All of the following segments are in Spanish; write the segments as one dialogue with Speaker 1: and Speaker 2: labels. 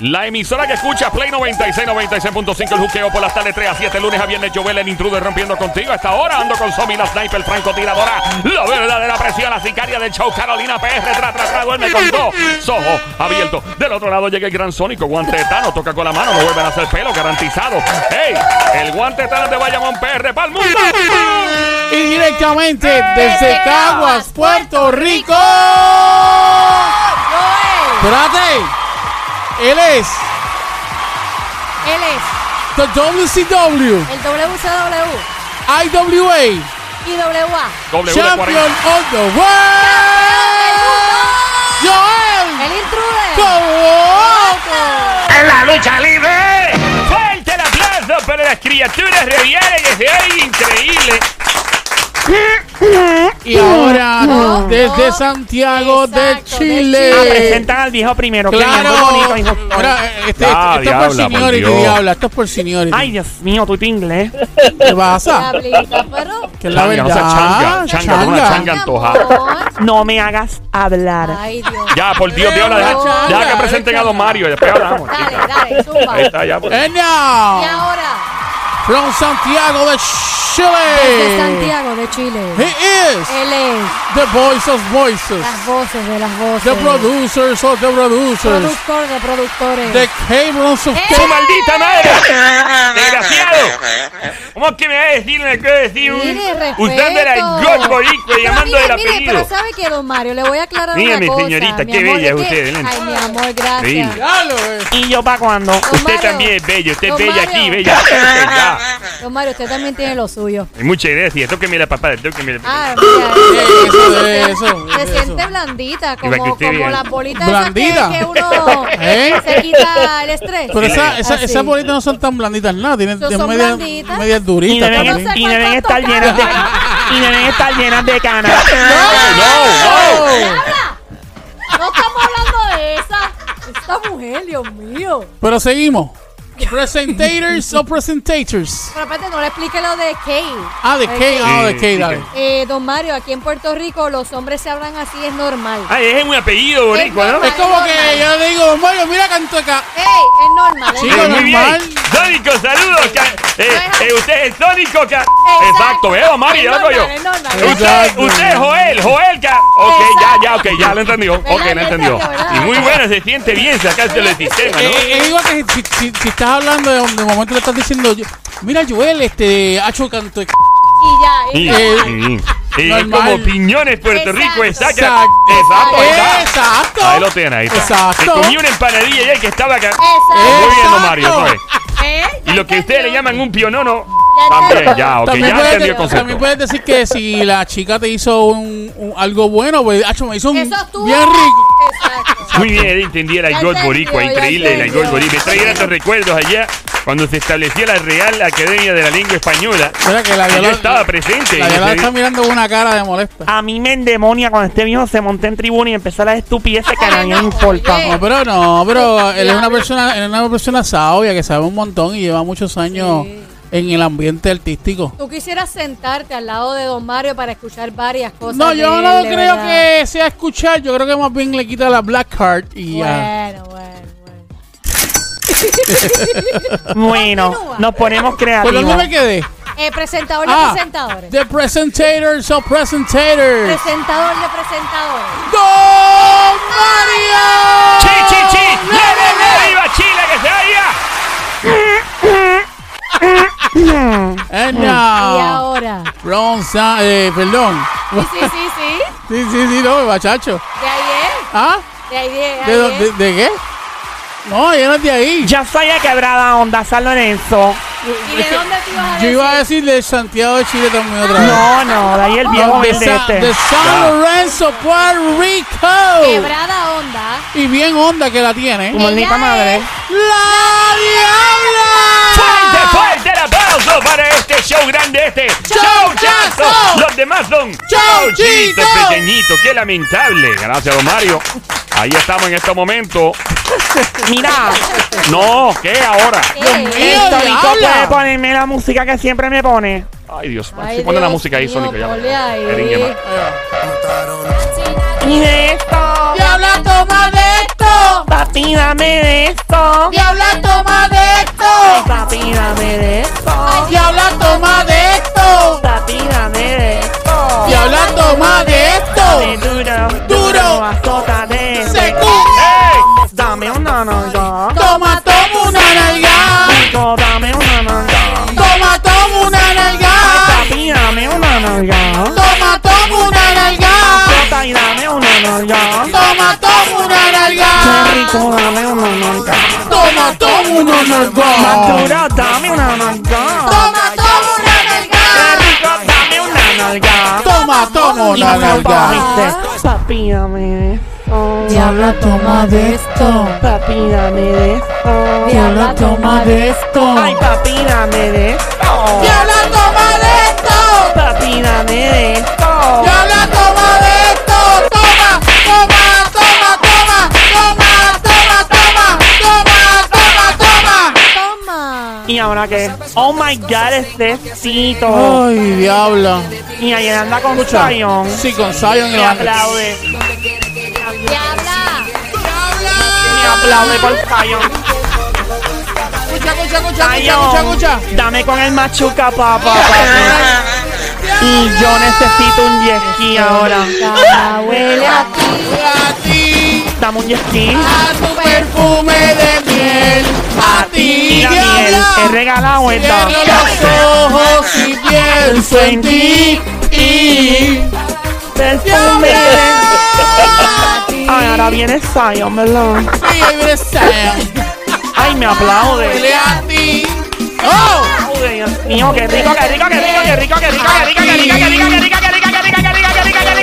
Speaker 1: La emisora que escucha Play 96, 96.5, el juqueo por las tardes 3 a 7, lunes a viernes, Joel, el intruder rompiendo contigo. Hasta ahora ando con Somi, la sniper, francotiradora, la verdadera presión, la sicaria del show Carolina PR, tra, tra, tra, duerme con dos ojos abiertos. Del otro lado llega el gran sónico, guante de Thanos, toca con la mano, no vuelven a hacer pelo, garantizado. ¡Ey! El guante de Thanos de Bayamón PR, pa'l mundo.
Speaker 2: Y directamente desde Caguas, Puerto Rico.
Speaker 3: Joel,
Speaker 2: Espérate. Él es
Speaker 3: él es
Speaker 2: The WCW,
Speaker 3: el WCW
Speaker 2: IWA,
Speaker 3: y WA.
Speaker 2: Champion
Speaker 1: W40.
Speaker 2: of the World. Joel
Speaker 3: El intruder.
Speaker 2: Cobo.
Speaker 1: ¡En la lucha libre! ¡Fuerte el aplauso para las criaturas reviales que se oye increíble!
Speaker 2: Y ahora
Speaker 3: No,
Speaker 2: desde
Speaker 3: no.
Speaker 2: Santiago de
Speaker 3: Exacto, de
Speaker 2: Chile.
Speaker 3: Chile. Ah,
Speaker 4: Presentan al viejo primero.
Speaker 2: Claro.
Speaker 4: Que me bonito, hijo.
Speaker 2: Ahora, este,
Speaker 1: Ah,
Speaker 2: este- esto es por
Speaker 1: diabla, por
Speaker 2: seniority,
Speaker 1: Dios.
Speaker 2: diabla. Esto es por seniority.
Speaker 4: Ay, Dios mío, tu inglés.
Speaker 2: ¿Qué pasa?
Speaker 3: Diablito, pero.
Speaker 2: Que es la
Speaker 1: Changa, no seas
Speaker 2: verdad.
Speaker 1: changa, changa, no una changa. antojada.
Speaker 3: amor.
Speaker 4: No me hagas hablar.
Speaker 3: Ay, Dios.
Speaker 1: Ya, por Dios, Diabla, deja,
Speaker 3: Diabla,
Speaker 1: deja que presenten a Don Mario y después hablamos.
Speaker 3: Dale,
Speaker 1: chica.
Speaker 3: dale, zumba.
Speaker 1: Ahí está, ya. pues. por-
Speaker 2: And
Speaker 3: Y
Speaker 2: now,
Speaker 3: ahora,
Speaker 2: from Santiago de
Speaker 3: desde
Speaker 2: Chile,
Speaker 3: Santiago Eh. de
Speaker 2: he
Speaker 3: Chile,
Speaker 2: is
Speaker 3: él es
Speaker 2: the voice of voices,
Speaker 3: las voces de las voces.
Speaker 2: the producers of the producers,
Speaker 3: Productor de productores.
Speaker 2: the cables of
Speaker 3: Eh.
Speaker 1: ¡Tu
Speaker 2: cable.
Speaker 1: maldita madre! ¡Desgraciado! ¿Cómo es que me va a decir lo que decir
Speaker 3: Mire, respeto.
Speaker 1: usted era el God Boricua
Speaker 3: Pero
Speaker 1: llamando
Speaker 3: mire,
Speaker 1: del
Speaker 3: mire,
Speaker 1: apellido?
Speaker 3: Pero sabe que, don Mario, le voy a aclarar
Speaker 1: Dígame,
Speaker 3: una cosa.
Speaker 1: señorita,
Speaker 3: mi
Speaker 1: qué
Speaker 3: amor,
Speaker 1: bella es
Speaker 3: que-
Speaker 1: usted, adelante.
Speaker 3: Ay, mi amor, gracias.
Speaker 1: Bella.
Speaker 2: Ya lo ves.
Speaker 4: ¿Y yo para cuándo?
Speaker 3: Don
Speaker 1: Usted
Speaker 3: Mario,
Speaker 1: también es bella, usted es
Speaker 3: don
Speaker 1: bella aquí,
Speaker 3: Mario,
Speaker 1: bella. Ya.
Speaker 3: Don Mario, usted también tiene lo suyo.
Speaker 1: Y Muchas gracias, tóqueme la papada, tóqueme la papada.
Speaker 3: Ah,
Speaker 2: Eso,
Speaker 3: mira, se-
Speaker 2: eso,
Speaker 3: Se
Speaker 2: eso.
Speaker 3: siente blandita,
Speaker 1: Iba que
Speaker 3: como,
Speaker 1: usted
Speaker 3: como
Speaker 1: bien.
Speaker 3: las bolitas esas que,
Speaker 2: Blandita.
Speaker 3: que uno
Speaker 2: ¿Eh?
Speaker 3: se quita el estrés.
Speaker 2: Pero esa, esa,
Speaker 3: Así.
Speaker 2: esas bolitas no son tan blanditas nada, tienen
Speaker 3: Ah, No
Speaker 2: tienen
Speaker 3: son
Speaker 2: medias
Speaker 3: blanditas.
Speaker 2: medias
Speaker 4: Y
Speaker 2: duritas
Speaker 4: deben,
Speaker 3: no
Speaker 2: también.
Speaker 3: sé
Speaker 4: y deben
Speaker 3: cuánto
Speaker 4: estar llenas de y deben estar llenas de canas.
Speaker 2: Oh.
Speaker 1: ¡No, no!
Speaker 3: ¡Diabla! No estamos hablando de esa. Esta mujer, Dios mío.
Speaker 2: Pero seguimos. Presentators o presentators.
Speaker 3: Pero aparte, no le explique lo de Kate.
Speaker 2: Ah, de
Speaker 3: Ok.
Speaker 2: K, ah, de
Speaker 1: Sí,
Speaker 2: K, dale.
Speaker 1: sí,
Speaker 3: Eh, don Mario, aquí en Puerto Rico los hombres se hablan así, es normal.
Speaker 1: Ay, es un apellido boricua, ¿no?
Speaker 2: Es como que yo le digo, "Don Mario, mira canto acá.
Speaker 3: ¡Ey! Es normal. es
Speaker 2: Sí,
Speaker 3: normal.
Speaker 1: Eh, muy bien.
Speaker 2: normal.
Speaker 1: Sónico, saludos. ca- eh, eh, usted es Sónico. ca-
Speaker 3: Exacto.
Speaker 1: Exacto, veo, Mari,
Speaker 3: Es
Speaker 1: ya lo hago yo.
Speaker 3: normal, es normal.
Speaker 1: Usted,
Speaker 2: Exacto.
Speaker 1: usted es Joel, Joel. ca- Ok,
Speaker 3: Exacto.
Speaker 1: ya, ya, ok, ya lo entendió. Ok,
Speaker 3: Ya
Speaker 1: lo entendió.
Speaker 3: entendió, ¿verdad?
Speaker 1: Y muy buena, se siente bien sacarse del sistema, ¿no?
Speaker 2: Eh, eh, digo que si, si- si estás hablando de, de momento le estás diciendo, yo- mira Joel, este, hacho canto. de c-".
Speaker 3: Y
Speaker 1: Y,
Speaker 3: ya. y
Speaker 2: eh,
Speaker 1: y- y es
Speaker 2: normal.
Speaker 1: como piñones Puerto Rico,
Speaker 3: Exacto.
Speaker 1: exacto. Exacto, ahí está.
Speaker 2: Exacto.
Speaker 1: Oh, Ahí lo tiene, ahí está.
Speaker 2: Exacto.
Speaker 1: Se comió una empanadilla y el que estaba acá.
Speaker 3: Exacto.
Speaker 1: Muy bien,
Speaker 2: Exacto.
Speaker 1: don Mario, eso es.
Speaker 3: ¿Eh?
Speaker 1: Y
Speaker 3: Ya
Speaker 1: lo que
Speaker 3: entendió.
Speaker 1: ustedes le llaman un pionono,
Speaker 3: Ya
Speaker 1: también,
Speaker 3: entendió.
Speaker 1: ya, ok,
Speaker 2: también,
Speaker 1: ya entendió
Speaker 2: puedes,
Speaker 1: el concepto.
Speaker 2: también puedes decir que si la chica te hizo un, un- algo bueno, pues, hacho, me hizo un
Speaker 3: Eso estuvo.
Speaker 2: bien rico.
Speaker 3: Exacto.
Speaker 1: Muy bien, él entendía la
Speaker 3: Ya
Speaker 1: Gol
Speaker 3: entendió,
Speaker 1: Boricua,
Speaker 3: ya
Speaker 1: increíble la
Speaker 3: entendió.
Speaker 1: Gol Boricua. Me trae grandes recuerdos allá cuando se estableció la Real Academia de la Lengua Española.
Speaker 2: Mira que la
Speaker 1: Y yo
Speaker 2: viola-
Speaker 1: estaba presente.
Speaker 2: La
Speaker 1: en
Speaker 2: viola
Speaker 1: ese-
Speaker 2: está mirando con una cara de molesta.
Speaker 4: A mí me endemonia cuando este viejo se monta en tribuna y empezó la estupidez que a nadie
Speaker 3: Ay,
Speaker 4: le
Speaker 3: no,
Speaker 4: importa.
Speaker 3: oye.
Speaker 2: No, pero no, pero él es una persona, él es una persona sabia que sabe un montón y lleva muchos años
Speaker 3: Sí.
Speaker 2: en el ambiente artístico.
Speaker 3: Tú quisieras sentarte al lado de don Mario para escuchar varias cosas.
Speaker 2: No,
Speaker 3: de
Speaker 2: yo
Speaker 3: él,
Speaker 2: no
Speaker 3: de
Speaker 2: creo
Speaker 3: verdad.
Speaker 2: que sea escuchar, yo creo que más bien le quita la black card y ya.
Speaker 3: Bueno, bueno, bueno.
Speaker 4: Bueno,
Speaker 3: Continúa.
Speaker 4: nos ponemos
Speaker 2: ¿Por dónde
Speaker 4: creativos.
Speaker 2: me quedé?
Speaker 3: Eh, presentadores
Speaker 2: Ah.
Speaker 3: de presentadores.
Speaker 2: the presentators of presentators.
Speaker 3: Presentador de presentadores.
Speaker 2: ¡Don Mario!
Speaker 1: ¡Chi, chi, chi! ¡Le, le, le! ¡Viva Chile, que se vaya!
Speaker 2: And
Speaker 3: Y
Speaker 2: now,
Speaker 3: ahora.
Speaker 2: from Sa- eh, perdón.
Speaker 3: Sí, sí, sí, sí.
Speaker 2: Sí, sí, sí, no, bachacho.
Speaker 3: De ayer.
Speaker 2: ¿Ah?
Speaker 3: De ayer.
Speaker 2: ¿De,
Speaker 3: De
Speaker 2: dónde-
Speaker 3: ayer.
Speaker 2: de, qué? No, yo no es de ahí.
Speaker 4: Yo soy de quebrada onda, San Lorenzo.
Speaker 3: ¿Y de dónde te ibas a
Speaker 2: Yo
Speaker 3: decir?
Speaker 2: iba a decir de Santiago de Chile también otra vez.
Speaker 4: No, no, de ahí el viejo
Speaker 2: de,
Speaker 4: el de
Speaker 2: Sa- de
Speaker 4: este.
Speaker 2: San Lorenzo, Puerto Rico.
Speaker 3: Quebrada onda.
Speaker 2: Y bien onda que la tiene.
Speaker 4: Como
Speaker 3: Ella
Speaker 4: mi madre.
Speaker 3: es-
Speaker 2: ¡La
Speaker 1: ¡Fuerte,
Speaker 3: ¡Ah!
Speaker 2: Diabla!
Speaker 1: fuerte el aplauso para este show grande, este show chazo!
Speaker 2: chazo!
Speaker 1: Los demás son
Speaker 2: Chau,
Speaker 1: chauchitos
Speaker 2: chicos.
Speaker 1: pequeñitos. ¡Qué lamentable! Gracias, don Mario. Ahí estamos en este momento.
Speaker 4: Mira,
Speaker 1: No, ¿qué ahora?
Speaker 3: ¿Qué?
Speaker 2: Dios mío.
Speaker 4: el Sónico
Speaker 2: diabla!
Speaker 4: puede ponerme la música que siempre me pone.
Speaker 1: Ay, Dios,
Speaker 3: Ay,
Speaker 1: si pone la
Speaker 3: Dios
Speaker 1: música ahí,
Speaker 3: mío,
Speaker 1: Sónico. Ya,
Speaker 3: ponle ahí.
Speaker 1: Edwin Guevara.
Speaker 4: Y de esto,
Speaker 2: Diabla, toma de esto.
Speaker 4: papi, Papi, dame de esto.
Speaker 2: Diabla, toma de esto.
Speaker 4: Papi, dame de esto.
Speaker 2: Diabla, toma de esto.
Speaker 4: Papi, dame de esto.
Speaker 2: Diabla, toma de
Speaker 4: Dame
Speaker 2: esto.
Speaker 4: duro.
Speaker 2: Duro.
Speaker 4: Azócate.
Speaker 2: Secu.
Speaker 1: ¡Ey!
Speaker 4: Dame una nalga.
Speaker 2: Toma, toma una nalga.
Speaker 4: Chico, dame una nalga.
Speaker 2: Toma, toma una nalga.
Speaker 4: Papi, dame una nalga.
Speaker 2: Toma, toma una nalga.
Speaker 4: Azócate y dame una nalga.
Speaker 2: Toma, toma una
Speaker 4: Qué
Speaker 2: nalga.
Speaker 4: rico, dame una nalga.
Speaker 2: Toma, toma una nalga.
Speaker 4: Duro, dame una nalga.
Speaker 2: Toma, toma una
Speaker 4: Qué
Speaker 2: nalga.
Speaker 4: rico, dame una nalga.
Speaker 2: Toma, toma una nalga.
Speaker 4: Dice, Papi, dame de esto.
Speaker 2: Diabla, toma de esto.
Speaker 4: Papi, dame de esto.
Speaker 2: Diabla, toma de esto.
Speaker 4: Ay, papi, dame de esto.
Speaker 2: Diabla, toma de esto.
Speaker 4: Papi, dame de esto.
Speaker 2: Diabla, toma de esto. Toma, toma, toma, toma. Toma, toma, toma. Toma, toma, toma.
Speaker 3: Toma.
Speaker 4: Y ahora que, oh my god, este es Tito.
Speaker 2: Ay, diabla.
Speaker 4: Y ayer anda con
Speaker 2: Escucha.
Speaker 4: Zion.
Speaker 2: Sí, con Zion
Speaker 4: Me aplaude,
Speaker 3: Diabla.
Speaker 4: me aplaude por Zion.
Speaker 2: Escucha, escucha, escucha,
Speaker 4: Zion,
Speaker 2: escucha, escucha.
Speaker 4: Dame con el machuca, papá. papá. Y yo necesito un jet ski ahora.
Speaker 3: Diabla huele a ti.
Speaker 2: A ti,
Speaker 4: Dame un jet ski.
Speaker 2: a tu perfume de miel. A ti,
Speaker 4: Mira, Miguel, he
Speaker 2: diabla.
Speaker 4: regalado esta.
Speaker 2: Cierro los ojos y pienso en ti. Y
Speaker 4: Perfume.
Speaker 2: a ti.
Speaker 4: Ay, ahora viene Zion, ¿verdad?
Speaker 2: Sí, ahí viene Zion.
Speaker 4: Ay, me aplaude.
Speaker 2: Huele a ti. ¡Oh!
Speaker 4: Aplaude, Dios mío, qué rico, qué rico, qué rico, qué rico, qué rico, qué rico, qué rico, qué rico, qué rico, qué rico, qué rico, qué rico, qué rico, qué rico, qué rico, qué rico, qué rico, qué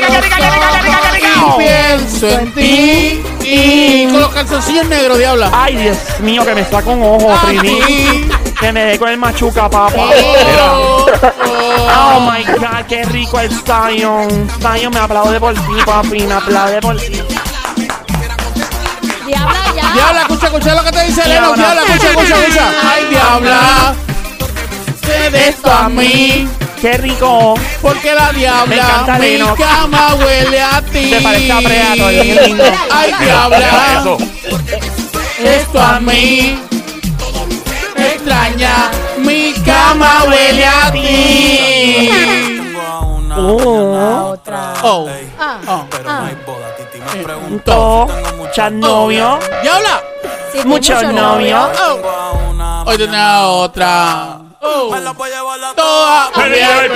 Speaker 2: Y
Speaker 4: rico, qué rico.
Speaker 2: pienso en ti. Y con los calzoncillos negros, diabla.
Speaker 4: Ay, Dios mío, que me saca un ojo,
Speaker 2: A
Speaker 4: 3D.
Speaker 2: ti.
Speaker 4: Que me dé con el machuca, papá.
Speaker 2: Oh,
Speaker 4: Oh my god, qué rico el Zion. Zion me aplaude por ti, papi, me aplaude por ti.
Speaker 3: Diabla ya.
Speaker 2: Diabla, escucha, escucha lo que te dice Elena.
Speaker 4: Diabla.
Speaker 2: Diabla, escucha, escucha, escucha. Ay, diabla. Sé de esto a mí.
Speaker 4: Qué rico.
Speaker 2: Porque la
Speaker 4: Me
Speaker 2: diabla,
Speaker 4: encanta
Speaker 2: mi
Speaker 4: Lennox.
Speaker 2: cama huele a ti.
Speaker 4: Te parece a Predator, bien lindo.
Speaker 2: Ay,
Speaker 1: Deja
Speaker 2: diabla,
Speaker 1: eso.
Speaker 2: esto a mí. Me extraña, mi cama huele a ti.
Speaker 4: Oh.
Speaker 2: Oh,
Speaker 3: Ah,
Speaker 2: oh.
Speaker 5: Pero no hay boda, Titi
Speaker 2: Eh.
Speaker 5: me preguntó.
Speaker 4: Todo. Muchas novios.
Speaker 2: Diabla.
Speaker 3: sí, tiene
Speaker 4: Muchos novios.
Speaker 2: Oh.
Speaker 5: Tengo a una
Speaker 2: Hoy tenés a otra. Oh.
Speaker 5: Me la voy a llevar la
Speaker 2: Toda
Speaker 1: VIP,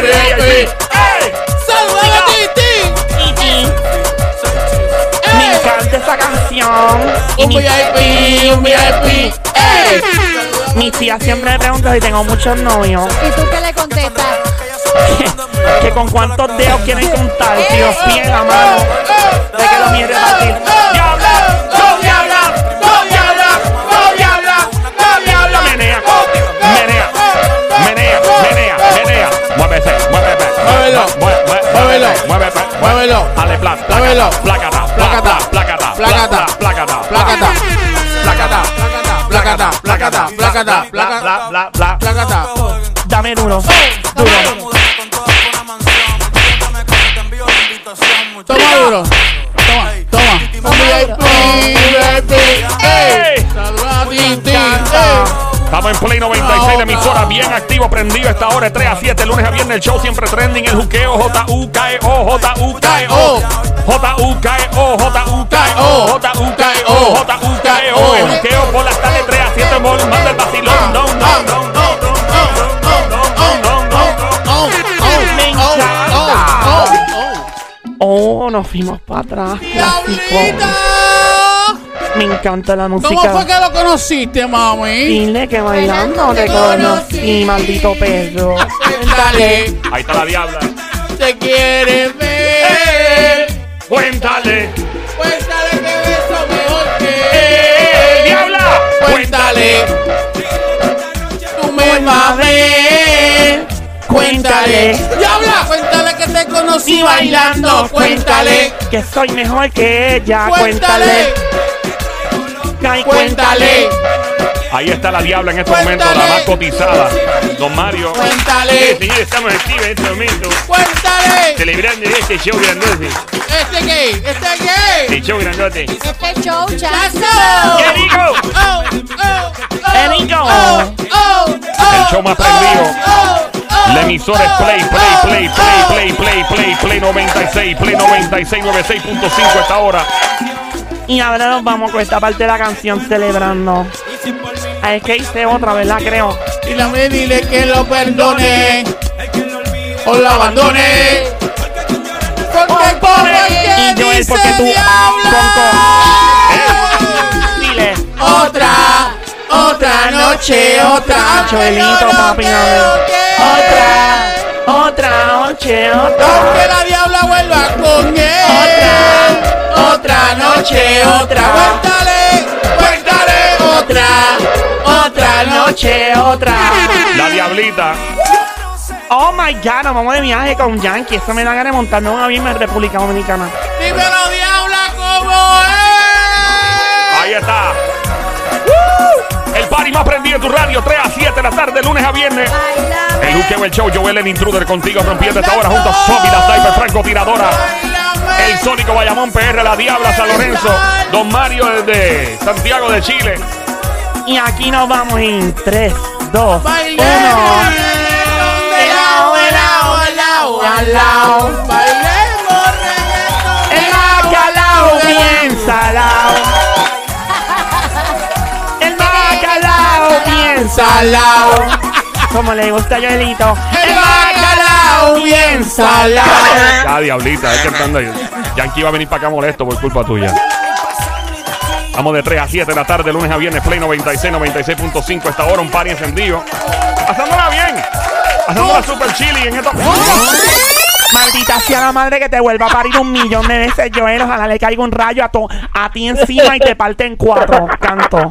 Speaker 2: VIP.
Speaker 1: ¡Ey!
Speaker 2: Saluda a Titi.
Speaker 4: Me
Speaker 2: ¡Ey!
Speaker 4: encanta esa canción. Y
Speaker 2: Un
Speaker 4: mi-
Speaker 2: VIP, un VIP. ¡Ey!
Speaker 4: Mis tías siempre me preguntan si tengo muchos novios.
Speaker 3: ¿Y tú qué le contestas?
Speaker 4: que con cuántos dedos quieren contar. Si los pies, la mano. De que lo mire fácil. Diabla,
Speaker 2: ¡Go diabla! ¡Go diabla! ¡Go diabla! ¡Go diabla!
Speaker 1: Menea, menea, menea, menea, menea. Muévese, muévete.
Speaker 2: Muévelo,
Speaker 1: Mue- mue-
Speaker 2: muévelo,
Speaker 1: muévete,
Speaker 2: muévelo.
Speaker 1: Dale, pla-
Speaker 2: Muévelo.
Speaker 1: Placata,
Speaker 2: Placata,
Speaker 1: placata, placata,
Speaker 2: placata,
Speaker 1: placata,
Speaker 2: Placata,
Speaker 1: placata,
Speaker 2: placata, placata, placata, placata,
Speaker 1: bla, bla, bla.
Speaker 2: placata.
Speaker 4: Dame duro. Duro.
Speaker 2: Toma duro. Toma, toma. Un VIP, VIP. ¡Ey! Saluda a Titi. ¡Ey!
Speaker 1: Estamos en Play 96 de emisora, bien activo, prendido esta hora, de 3 a 7, lunes a viernes, el show siempre trending, el juqueo, J-U-K-E-O, J-U-K-E-O, J-U-K-E-O, J-U-K-E-O, J-U-K-E-O, J-U-K-E-O, E el juqueo por las tardes 3 a 7, manda el vacilón, no, no, no, no, no, no, no, no.
Speaker 2: Oh,
Speaker 4: Me
Speaker 2: oh, oh,
Speaker 4: encanta.
Speaker 2: oh, oh.
Speaker 4: Oh, nos fuimos para atrás.
Speaker 2: ¡Diablita!
Speaker 4: Clásico. Me encanta la
Speaker 2: ¿Cómo fue
Speaker 4: música.
Speaker 2: que lo conociste, mami?
Speaker 4: Dile que bailando te conocí, maldito perro.
Speaker 2: Cuéntale,
Speaker 1: Ahí está la diabla.
Speaker 2: te quiere ver.
Speaker 1: Cuéntale,
Speaker 2: Cuéntale que beso mejor
Speaker 1: eh,
Speaker 2: que él.
Speaker 1: diabla.
Speaker 2: Cuéntale, tú me vas a ver. Cuéntale, diabla. Cuéntale que te conocí bailando. Cuéntale,
Speaker 4: que soy mejor que ella.
Speaker 2: cuéntale,
Speaker 4: Cuéntale, ay, cuéntale.
Speaker 2: cuéntale.
Speaker 1: Ahí está la diabla en este
Speaker 2: Cuéntale.
Speaker 1: momento, la más cotizada. Don Mario.
Speaker 2: Cuéntale.
Speaker 1: Sí, señor, estamos activos en este momento.
Speaker 2: Cuéntale.
Speaker 1: Celebrando este show grandote.
Speaker 2: Este gay, este gay.
Speaker 1: Este show grandote.
Speaker 3: Este show,
Speaker 2: Chazo.
Speaker 3: chazo.
Speaker 1: ¡Qué rico!
Speaker 2: Oh, oh, oh,
Speaker 4: Qué rico.
Speaker 2: oh, oh, oh,
Speaker 1: show más
Speaker 2: oh,
Speaker 1: prendido.
Speaker 2: oh, oh,
Speaker 1: La emisora es Play, Play,
Speaker 2: oh,
Speaker 1: Play,
Speaker 2: oh.
Speaker 1: Play, Play, Play, Play, Play 96, Play 96, 96.5 a esta hora.
Speaker 4: Y ahora nos vamos con esta parte de la canción celebrando. Ah, es que hice otra, ¿verdad? Creo.
Speaker 2: Y la me dile que lo perdone o la abandone. Porque
Speaker 4: Pon,
Speaker 2: por
Speaker 4: pon,
Speaker 2: el
Speaker 4: y
Speaker 2: que
Speaker 4: Joel,
Speaker 2: dice
Speaker 4: porque tú.
Speaker 2: diabla.
Speaker 4: Ponco. Dile.
Speaker 2: Otra, otra noche, otra.
Speaker 4: Joelito, papi,
Speaker 2: que
Speaker 4: dale.
Speaker 2: lo que-
Speaker 4: Otra, otra noche, otra.
Speaker 2: Aunque la diabla vuelva con él. Otra, otra noche, otra. Cuéntale, cuéntale. Otra, otra noche, otra.
Speaker 1: La diablita.
Speaker 4: Oh my god, nos vamos de viaje con Yankee. Eso me da ganas de montarme en un avión en República Dominicana.
Speaker 2: Dímelo, diabla, como es.
Speaker 1: Ahí está. El party más prendido en tu radio, 3 a 7 de la tarde, lunes a viernes. El Juqueo, el show, Joel, el intruder contigo, rompiendo esta hora junto a Sobi, la sniper francotiradora.
Speaker 2: Báilame.
Speaker 1: El Sónico Bayamón PR, la Diabla San Lorenzo, Don Mario desde Santiago de Chile.
Speaker 4: Y aquí nos vamos en 3, 2, 1.
Speaker 2: Bailemos de lado, de lado, al lado, al lado. Bailemos reggaetón de
Speaker 4: El
Speaker 2: lado, al
Speaker 4: bacalao
Speaker 2: lado, de lado.
Speaker 4: bien salado. El bacalao bien salado.
Speaker 2: salao.
Speaker 4: Como le gusta a Joelito.
Speaker 2: El bacalao bien salao.
Speaker 1: Ya, Diablita, es que cantando ahí. Yankee va a venir para acá molesto por culpa tuya. Vamos de 3 a 7 de la tarde, lunes a viernes, Play 96, 96.5. a Esta hora un party encendido. Pasándola bien. Pasándola super chili en esto.
Speaker 4: Maldita sea la madre que te vuelva a parir un millón de veces, Joel. Ojalá le caiga un rayo a, to- a ti encima y te parte en cuatro. Canto.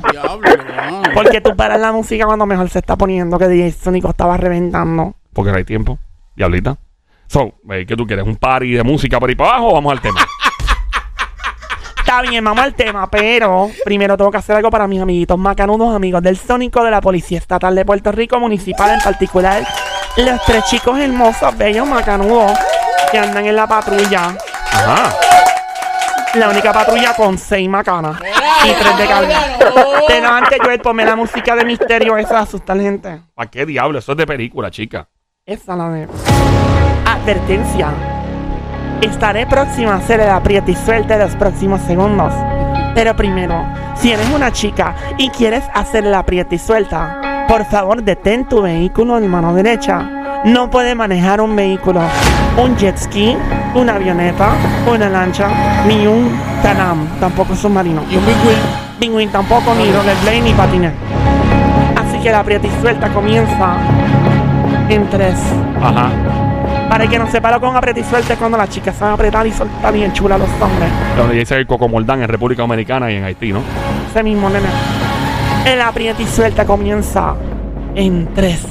Speaker 4: Porque tú paras la música cuando mejor se está poniendo que DJ Sónico estaba reventando.
Speaker 1: Porque no hay tiempo. Diablita. So, eh, ¿qué tú quieres? ¿Un party de música para ir para abajo o vamos al tema?
Speaker 4: Está bien, vamos al tema, pero primero tengo que hacer algo para mis amiguitos macanudos, amigos del Sónico de la Policía Estatal de Puerto Rico, municipal en particular. Los tres chicos hermosos, bellos, macanudos, que andan en la patrulla.
Speaker 1: Ajá.
Speaker 4: La única patrulla con seis macanas y tres de cadena. Pero antes, Joel, ponme la música de misterio esa de asustar gente.
Speaker 1: ¿Para qué diablo? Eso es de película, chica.
Speaker 4: Esa la de. Advertencia. Estaré próxima a ser el apriete y suelte de los próximos segundos. Pero primero, si eres una chica y quieres hacer el apriete y suelta, por favor detén tu vehículo en mano derecha. No puede manejar un vehículo, un jet ski, una avioneta, una lancha, ni un canam, tampoco submarino.
Speaker 2: Y un big win.
Speaker 4: Pingüín tampoco, ni rollerblade, ni patina. Así que la aprieta y suelta comienza en tres.
Speaker 1: Ajá.
Speaker 4: Para el que nos separó con aprieta y suelta es cuando las chicas se van a apretar y soltar bien chula los hombres.
Speaker 1: Donde dice el Cocomoldán en República Dominicana y en Haití, ¿no?
Speaker 4: Ese mismo nene. El aprieta y suelta comienza en tres.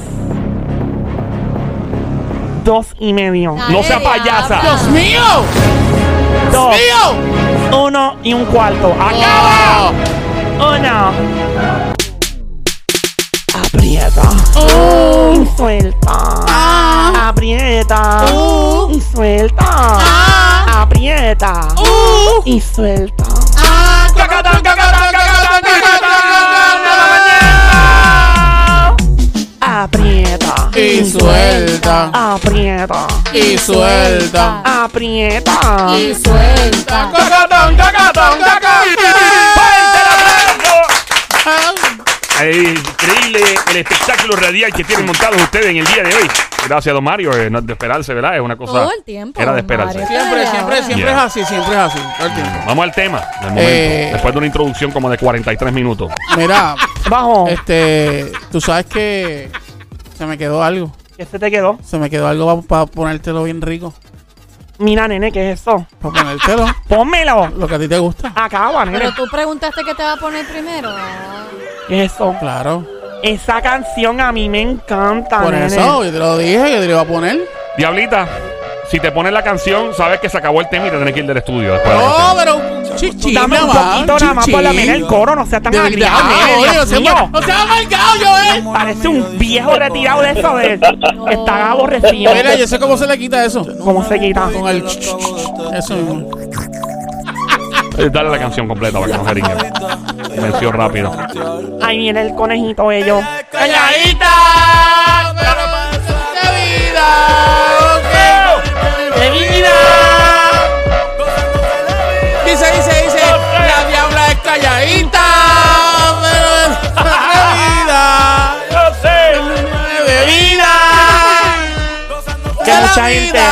Speaker 4: Dos y medio.
Speaker 1: No sea payasa.
Speaker 2: ¡Dios mío!
Speaker 4: Dos,
Speaker 2: ¡Mío!
Speaker 4: uno y un cuarto.
Speaker 2: Oh.
Speaker 4: ¡Acaba!
Speaker 2: ¡Acaba!
Speaker 4: Uno. Aprieta.
Speaker 2: ¡Oh!
Speaker 4: Y suelta.
Speaker 2: ¡Ah!
Speaker 4: Aprieta.
Speaker 2: ¡Uh!
Speaker 4: Y suelta.
Speaker 2: ¡Ah!
Speaker 4: Aprieta.
Speaker 2: ¡Uh!
Speaker 4: Y suelta.
Speaker 2: ¡Ah! ¡Cacatán, cacatán, cacatán, cacatán, cacatán!
Speaker 4: Aprieta.
Speaker 2: Y suelta,
Speaker 4: Aprieta.
Speaker 2: y suelta,
Speaker 4: Aprieta.
Speaker 2: y suelta. ¡Cacatán, cacatán,
Speaker 1: ¡Fuerte el
Speaker 2: cacatán!
Speaker 1: aplauso! Eh, increíble el espectáculo radial que tienen montado ustedes en el día de hoy. Gracias, don Mario. eh, no es de esperarse, ¿verdad? Es una cosa.
Speaker 3: Todo el tiempo,
Speaker 1: Era de
Speaker 3: don Mario.
Speaker 1: esperarse.
Speaker 2: Siempre, siempre, siempre es
Speaker 1: Yeah.
Speaker 2: así, siempre es así. todo el tiempo.
Speaker 1: Vamos al tema del momento.
Speaker 2: Eh.
Speaker 1: Después de una introducción como de 43 minutos.
Speaker 2: Mira,
Speaker 4: Bajo.
Speaker 2: este, tú sabes que se me quedó algo.
Speaker 4: ¿Qué se te quedó?
Speaker 2: Se me quedó algo para ponértelo bien rico.
Speaker 4: Mira, nene, ¿qué es eso?
Speaker 2: Para ponértelo,
Speaker 4: Pónmelo.
Speaker 2: lo que a ti te gusta.
Speaker 4: Acaba, nene.
Speaker 3: Pero tú preguntaste qué te va a poner primero.
Speaker 4: ¿Qué es eso?
Speaker 2: Claro.
Speaker 4: Esa canción a mí me encanta,
Speaker 2: Por
Speaker 4: nene.
Speaker 2: eso, yo te lo dije, yo te lo iba a poner.
Speaker 1: Diablita, si te pones la canción, sabes que se acabó el tema y te tenés que ir del estudio después. de la
Speaker 2: No,
Speaker 1: canción.
Speaker 2: Oh, pero Chichi,
Speaker 4: Dame un poquito nada más por la menos el coro, no sea tan
Speaker 2: De verdad,
Speaker 4: aliado,
Speaker 2: nene,
Speaker 4: Dios
Speaker 2: oye, no se
Speaker 4: mío.
Speaker 2: muera. O sea, amargado, Joel.
Speaker 4: Parece un viejo retirado de eso de Está aborrecido.
Speaker 2: Mira, yo sé cómo se le quita eso.
Speaker 4: ¿Cómo se quita?
Speaker 2: Con el. ch- ch- ch- Eso mismo.
Speaker 1: Eh, Dale la canción completa para que no se ringue. Venció rápido.
Speaker 4: Ahí viene el conejito ellos.
Speaker 2: Calladita, pero de vida, de vida. Dice, dice, dice, la diabla es calladita, pero de
Speaker 1: Yo sé.
Speaker 2: vida, de vida.
Speaker 4: Que
Speaker 2: De la
Speaker 4: mucha gente.
Speaker 2: vida,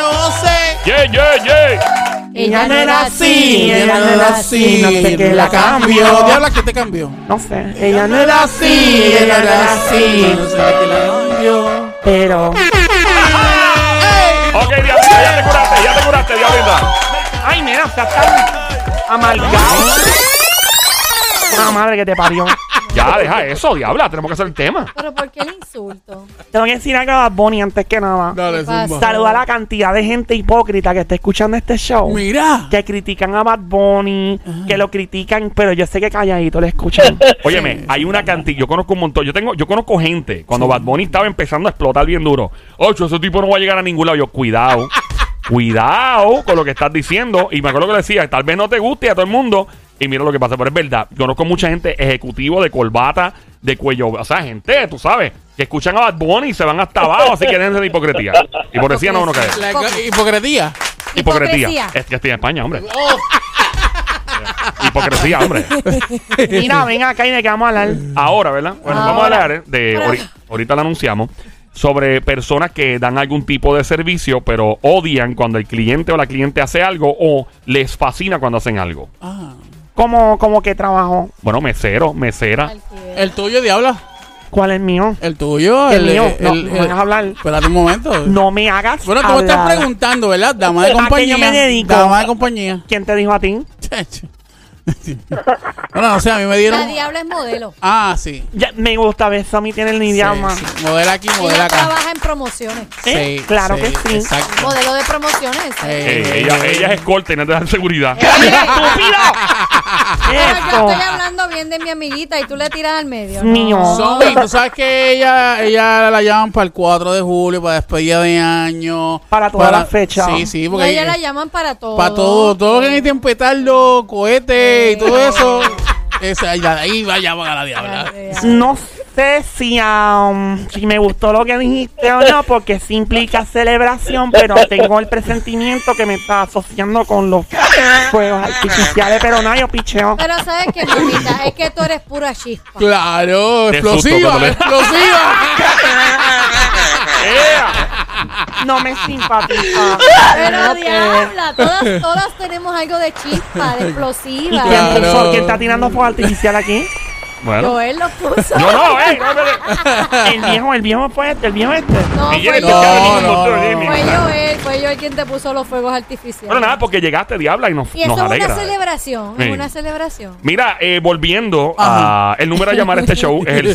Speaker 2: No sé.
Speaker 1: Yeah, yeah, yeah.
Speaker 4: Ella no era así,
Speaker 2: Ella no era así,
Speaker 4: no sé qué
Speaker 2: la
Speaker 4: la
Speaker 2: cambió.
Speaker 4: cambió.
Speaker 2: Diabla, ¿qué te cambió?
Speaker 4: No sé, ella no era
Speaker 2: Sí,
Speaker 4: así, ella no era así.
Speaker 2: No sé qué la cambió.
Speaker 4: Pero.
Speaker 1: Ok, Diablita, ya te curaste, ya te curaste, Diablita.
Speaker 4: Ay, mira, está tan amargado. La madre que te parió.
Speaker 1: Ya, deja eso, Diabla, tenemos que hacer el tema.
Speaker 3: Pero ¿por qué el insulto?
Speaker 4: Tengo que decir algo a Bad Bunny antes que nada.
Speaker 2: Dale,
Speaker 3: ¿Qué pasa?
Speaker 2: zumba.
Speaker 4: Saluda a la cantidad de gente hipócrita que está escuchando este show.
Speaker 2: Mira.
Speaker 4: Que critican a Bad Bunny, que lo critican, pero yo sé que calladito le escuchan.
Speaker 1: Óyeme, hay una cantidad, yo conozco un montón, yo tengo, yo conozco gente, cuando Bad Bunny estaba empezando a explotar bien duro, ocho, ese tipo no va a llegar a ningún lado, yo, cuidado, cuidado con lo que estás diciendo, y me acuerdo que le decía, tal vez no te guste a todo el mundo, y mira lo que pasa, pero es verdad, conozco mucha gente ejecutivo de corbata, de cuello, o sea, gente, tú sabes, que escuchan a Bad Bunny y se van hasta abajo, así que déjense de hipocresía, hipocresía no, no cae,
Speaker 2: La ca- hipocresía. Este
Speaker 1: hipocresía, es que estoy en España, hombre, hipocresía, hombre.
Speaker 4: Mira, ven acá y de qué vamos a hablar.
Speaker 1: Ahora, ¿verdad? Bueno, vamos a
Speaker 3: Ahora.
Speaker 1: hablar de. ori- ahorita lo anunciamos. Sobre personas que dan algún tipo de servicio, pero odian cuando el cliente o la cliente hace algo o les fascina cuando hacen algo.
Speaker 2: Ah,
Speaker 4: ¿Cómo, cómo que trabajo?
Speaker 1: Bueno, mesero, mesera.
Speaker 3: Cualquiera.
Speaker 2: el tuyo, diabla.
Speaker 4: ¿Cuál es mío?
Speaker 2: El tuyo,
Speaker 4: El
Speaker 2: el,
Speaker 4: mío.
Speaker 2: el-
Speaker 4: No,
Speaker 2: el-
Speaker 4: no me dejas hablar.
Speaker 2: Espérate un momento.
Speaker 4: No me hagas.
Speaker 2: Bueno, tú me estás
Speaker 4: hablar.
Speaker 2: preguntando, ¿verdad? Dama de
Speaker 4: ¿A qué yo
Speaker 2: compañía.
Speaker 4: me dedico?
Speaker 2: Dama de compañía.
Speaker 4: ¿Quién te dijo a ti?
Speaker 2: bueno, no sé, a mí me
Speaker 3: La
Speaker 2: dieron.
Speaker 3: diabla es modelo.
Speaker 2: Ah, sí.
Speaker 4: Ya, me gusta ver eso, a mí tiene el idioma.
Speaker 2: Sí, sí. Modela aquí, modela
Speaker 3: Ella
Speaker 2: acá.
Speaker 3: trabaja en promociones.
Speaker 4: ¿Eh? Claro que sí.
Speaker 2: Exacto.
Speaker 3: Modelo de promociones. ¿eh?
Speaker 1: Eh, ella, ella es escolta y no te dan seguridad.
Speaker 4: ¡Estúpido!
Speaker 3: Pero yo estoy
Speaker 4: Esto.
Speaker 3: hablando bien de mi amiguita y tú le tiras al medio. ¿no?
Speaker 4: Mío.
Speaker 2: Zombie, tú sabes que ella, ella la llaman para el 4 de julio, para despedida de año.
Speaker 4: Para todas las fechas.
Speaker 2: Sí, sí,
Speaker 3: No,
Speaker 2: porque.
Speaker 3: ella la llaman para todo.
Speaker 2: Para todo, todo lo que necesiten petardo, cohete este y todo eso. Esa, y ahí va, llaman a la diabla.
Speaker 4: No sé si, um, si me gustó lo que dijiste o no, porque sí implica celebración, pero tengo el presentimiento que me está asociando con los fuegos artificiales, pero no, yo picheo.
Speaker 3: Pero sabes que, mamita, es que tú eres pura chispa.
Speaker 2: Claro,
Speaker 1: Qué susto
Speaker 2: explosiva,
Speaker 1: cuando le-
Speaker 2: explosiva.
Speaker 1: ¡Ea!
Speaker 4: No me simpatiza.
Speaker 3: Pero
Speaker 4: No sé.
Speaker 3: diabla, todas, todas tenemos algo de chispa, de
Speaker 4: ¿Y
Speaker 3: explosiva.
Speaker 2: Claro.
Speaker 4: quién, puso- quién está tirando fuego artificial aquí?
Speaker 1: Bueno.
Speaker 3: Joel lo puso.
Speaker 1: No, no, eh. no, espérate.
Speaker 4: El viejo, el viejo fue este, el viejo este.
Speaker 3: No,
Speaker 1: Me llena
Speaker 3: fue
Speaker 1: este
Speaker 2: no,
Speaker 1: cabrón
Speaker 2: no,
Speaker 1: un
Speaker 3: Joel.
Speaker 1: montón de
Speaker 2: no.
Speaker 1: mierda.
Speaker 3: Fue Joel, fue Joel quien te puso los fuegos artificiales.
Speaker 1: Bueno, nada, porque llegaste, diabla, y nos,
Speaker 3: y eso
Speaker 1: nos
Speaker 3: es una
Speaker 1: alegra.
Speaker 3: celebración,
Speaker 1: Sí.
Speaker 3: es una celebración.
Speaker 1: Mira, eh, volviendo a el número a llamar a este show es el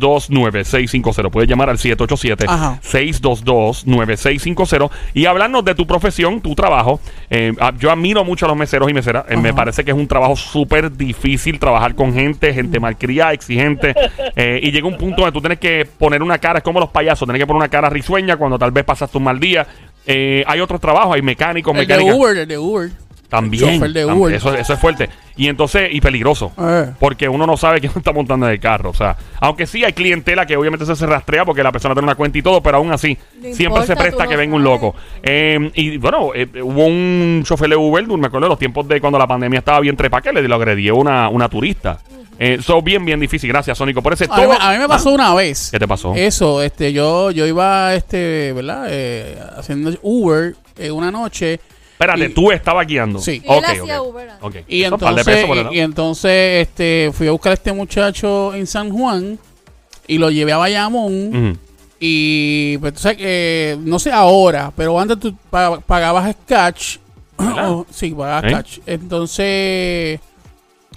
Speaker 1: 787-622-9650. Puedes llamar al
Speaker 2: Ajá.
Speaker 1: 787-622-9650 y hablarnos de tu profesión, tu trabajo. Eh, ah, yo admiro mucho a los meseros y meseras. Eh, me parece que es un trabajo súper difícil trabajar con gente, gente malcriada, exigente. Eh, y llega un punto donde tú tienes que poner una cara, es como los payasos, tienes que poner una cara risueña cuando tal vez pasas un mal día. Eh, hay otros trabajos, hay mecánicos,
Speaker 2: El de
Speaker 1: mecánicas.
Speaker 2: Uber, el de Uber.
Speaker 1: También.
Speaker 2: Chofer de
Speaker 1: tam-
Speaker 2: Uber.
Speaker 1: Eso, eso es fuerte. Y entonces, y peligroso.
Speaker 2: Eh.
Speaker 1: Porque uno no sabe quién está montando en el carro. O sea, aunque sí hay clientela que obviamente se, se rastrea porque la persona tiene una cuenta y todo, pero aún así,
Speaker 3: No
Speaker 1: siempre
Speaker 3: importa,
Speaker 1: se presta
Speaker 3: tú
Speaker 1: que
Speaker 3: no
Speaker 1: venga un
Speaker 3: sabes.
Speaker 1: loco. Eh, y bueno, eh, hubo un chofer de Uber, me acuerdo de los tiempos de cuando la pandemia estaba bien trepa, que le lo agredió una, una turista. Eso bien, bien difícil. Gracias, Sónico, por ese
Speaker 2: A mí,
Speaker 1: todo.
Speaker 2: me- a mí me pasó una vez.
Speaker 1: ¿Qué te pasó?
Speaker 2: Eso, este, yo, yo iba, este, ¿verdad? Eh, haciendo Uber eh, una noche.
Speaker 1: Espérate,
Speaker 2: y-
Speaker 1: tú estabas guiando.
Speaker 2: Sí. Y
Speaker 3: él
Speaker 1: Ok,
Speaker 3: hacía
Speaker 1: ok.
Speaker 3: Uber, ¿no?
Speaker 1: Ok.
Speaker 2: Y
Speaker 1: Eso, par de
Speaker 2: entonces,
Speaker 1: pesos por el lado.
Speaker 2: y, y entonces este, fui a buscar a este muchacho en San Juan y lo llevé a Bayamón.
Speaker 1: Ujú.
Speaker 2: Y pues tú sabes que, no sé ahora, pero antes tú pa- pagabas Scratch. sí, pagabas
Speaker 1: ¿Eh?
Speaker 2: Scratch. Entonces,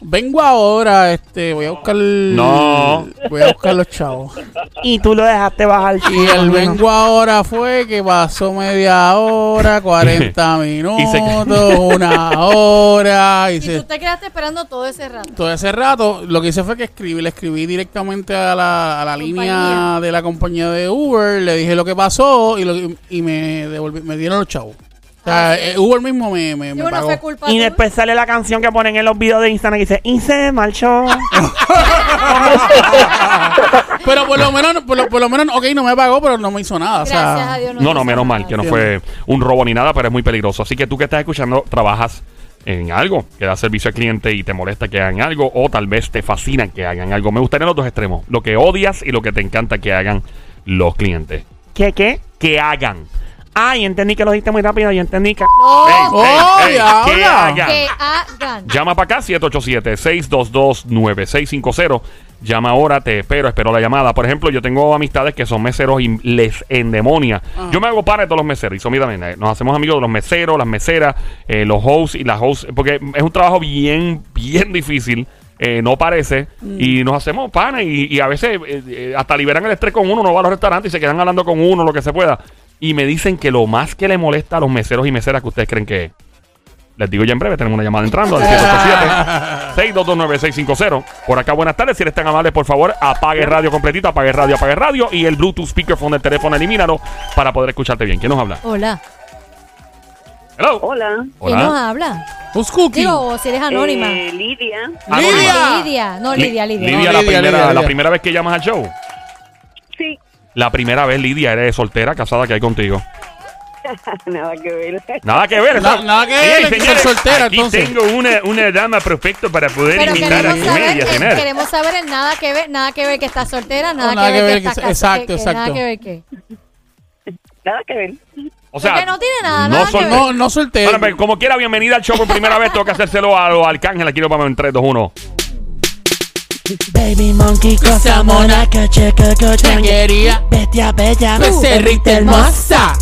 Speaker 2: Vengo ahora, este, voy a buscar.
Speaker 1: No.
Speaker 2: Voy a buscar los chavos.
Speaker 4: Y tú lo dejaste bajar.
Speaker 2: Y
Speaker 4: más o
Speaker 2: el
Speaker 4: menos.
Speaker 2: vengo ahora fue que pasó media hora, 40 minutos, una hora. Y
Speaker 3: Y tú
Speaker 2: se,
Speaker 3: te quedaste esperando todo ese rato.
Speaker 2: todo ese rato, lo que hice fue que escribí, le escribí directamente a la, a la línea
Speaker 3: Compañía.
Speaker 2: de la compañía de Uber, le dije lo que pasó y, lo- y me, devolví- me dieron los chavos. O sea, eh, Uber mismo me, me,
Speaker 3: Y
Speaker 2: me
Speaker 3: Ah, bueno,
Speaker 2: pagó.
Speaker 3: fue culpa
Speaker 4: Y
Speaker 3: tuya.
Speaker 4: después sale la canción que ponen en los videos de Instagram que dice, y se marchó.
Speaker 2: Pero por lo menos, por lo, por lo menos, ok, no me pagó, pero no me hizo nada. o sea,
Speaker 3: Gracias a Dios.
Speaker 1: No, no,
Speaker 3: hizo
Speaker 1: menos mal
Speaker 3: nada.
Speaker 1: que no fue un robo ni nada, pero es muy peligroso. Así que tú que estás escuchando, trabajas en algo que da servicio al cliente y te molesta que hagan algo o tal vez te fascina que hagan algo. Me gustaría los dos extremos, lo que odias y lo que te encanta que hagan los clientes.
Speaker 4: ¿Qué, qué?
Speaker 1: Que hagan.
Speaker 4: Ay, entendí que lo dijiste muy rápido. Yo entendí que...
Speaker 3: No,
Speaker 1: Ey, ey,
Speaker 2: ¡Oh,
Speaker 1: ey,
Speaker 2: diabla!
Speaker 1: que hagan.
Speaker 3: que hagan.
Speaker 1: Llama para acá 787-622-9650. Llama ahora, te espero, espero la llamada. Por ejemplo, yo tengo amistades que son meseros y les endemonia. Yo me hago para de todos los meseros y son mí también. eh, Nos hacemos amigos de los meseros, las meseras, eh, los hosts y las hosts, porque es un trabajo bien, bien difícil. eh, no parece y nos hacemos pana y, y a veces eh, eh, hasta liberan el estrés con uno, no va a los restaurantes y se quedan hablando con uno, lo que se pueda. Y me dicen que lo más que le molesta a los meseros y meseras que ustedes creen que es. Les digo ya en breve, tenemos una llamada entrando al 787-6229650. Por acá, buenas tardes. Si eres tan amable, por favor, apague radio completito, apague radio, apague radio. Y el Bluetooth speakerphone del teléfono, elimínalo para poder escucharte bien. ¿Quién nos habla?
Speaker 3: Hola.
Speaker 1: Hello.
Speaker 6: Hola.
Speaker 3: ¿Quién nos habla?
Speaker 2: who's cooking?
Speaker 3: Digo, si eres anónima.
Speaker 6: Eh, Lidia.
Speaker 1: Anónima.
Speaker 2: Lidia.
Speaker 3: Lidia. No,
Speaker 1: Li-
Speaker 3: Lidia, Lidia.
Speaker 2: No,
Speaker 1: la,
Speaker 2: Lidia,
Speaker 1: primera,
Speaker 2: Lidia,
Speaker 1: la
Speaker 2: Lidia.
Speaker 1: primera vez que llamas al show.
Speaker 6: Sí.
Speaker 1: La primera vez, Lidia, eres soltera, casada, que hay contigo.
Speaker 6: Nada que ver.
Speaker 1: Nada que ver.
Speaker 2: Na-
Speaker 1: ¿no?
Speaker 2: nada que
Speaker 1: Sí,
Speaker 2: ver, que
Speaker 1: señores,
Speaker 2: soy soltera,
Speaker 1: aquí
Speaker 2: entonces.
Speaker 1: tengo una, una dama perfecta para poder
Speaker 3: Pero
Speaker 1: imitar a
Speaker 3: queremos
Speaker 1: su
Speaker 3: saber,
Speaker 1: media,
Speaker 3: que-
Speaker 1: tener.
Speaker 3: queremos saber el nada que ver, nada que ver que está soltera, nada,
Speaker 2: nada
Speaker 3: que, ver que,
Speaker 2: se-
Speaker 3: está casada,
Speaker 2: exacto,
Speaker 3: que-
Speaker 2: exacto.
Speaker 3: que Nada que ver que.
Speaker 6: Nada que ver.
Speaker 1: O sea,
Speaker 3: Porque no tiene nada,
Speaker 1: no
Speaker 3: nada que
Speaker 1: soltera.
Speaker 3: ver.
Speaker 2: No, no solté.
Speaker 1: Ahora, pero pues, como quiera, bienvenida al show por primera vez. Tengo que hacérselo a los Arcángel. Aquí lo vamos en 3, 2, 1.
Speaker 7: Baby monkey, cosa mona, que cheque, que changue,
Speaker 2: Changuería,
Speaker 7: bestia bella,
Speaker 2: becerrita hermosa.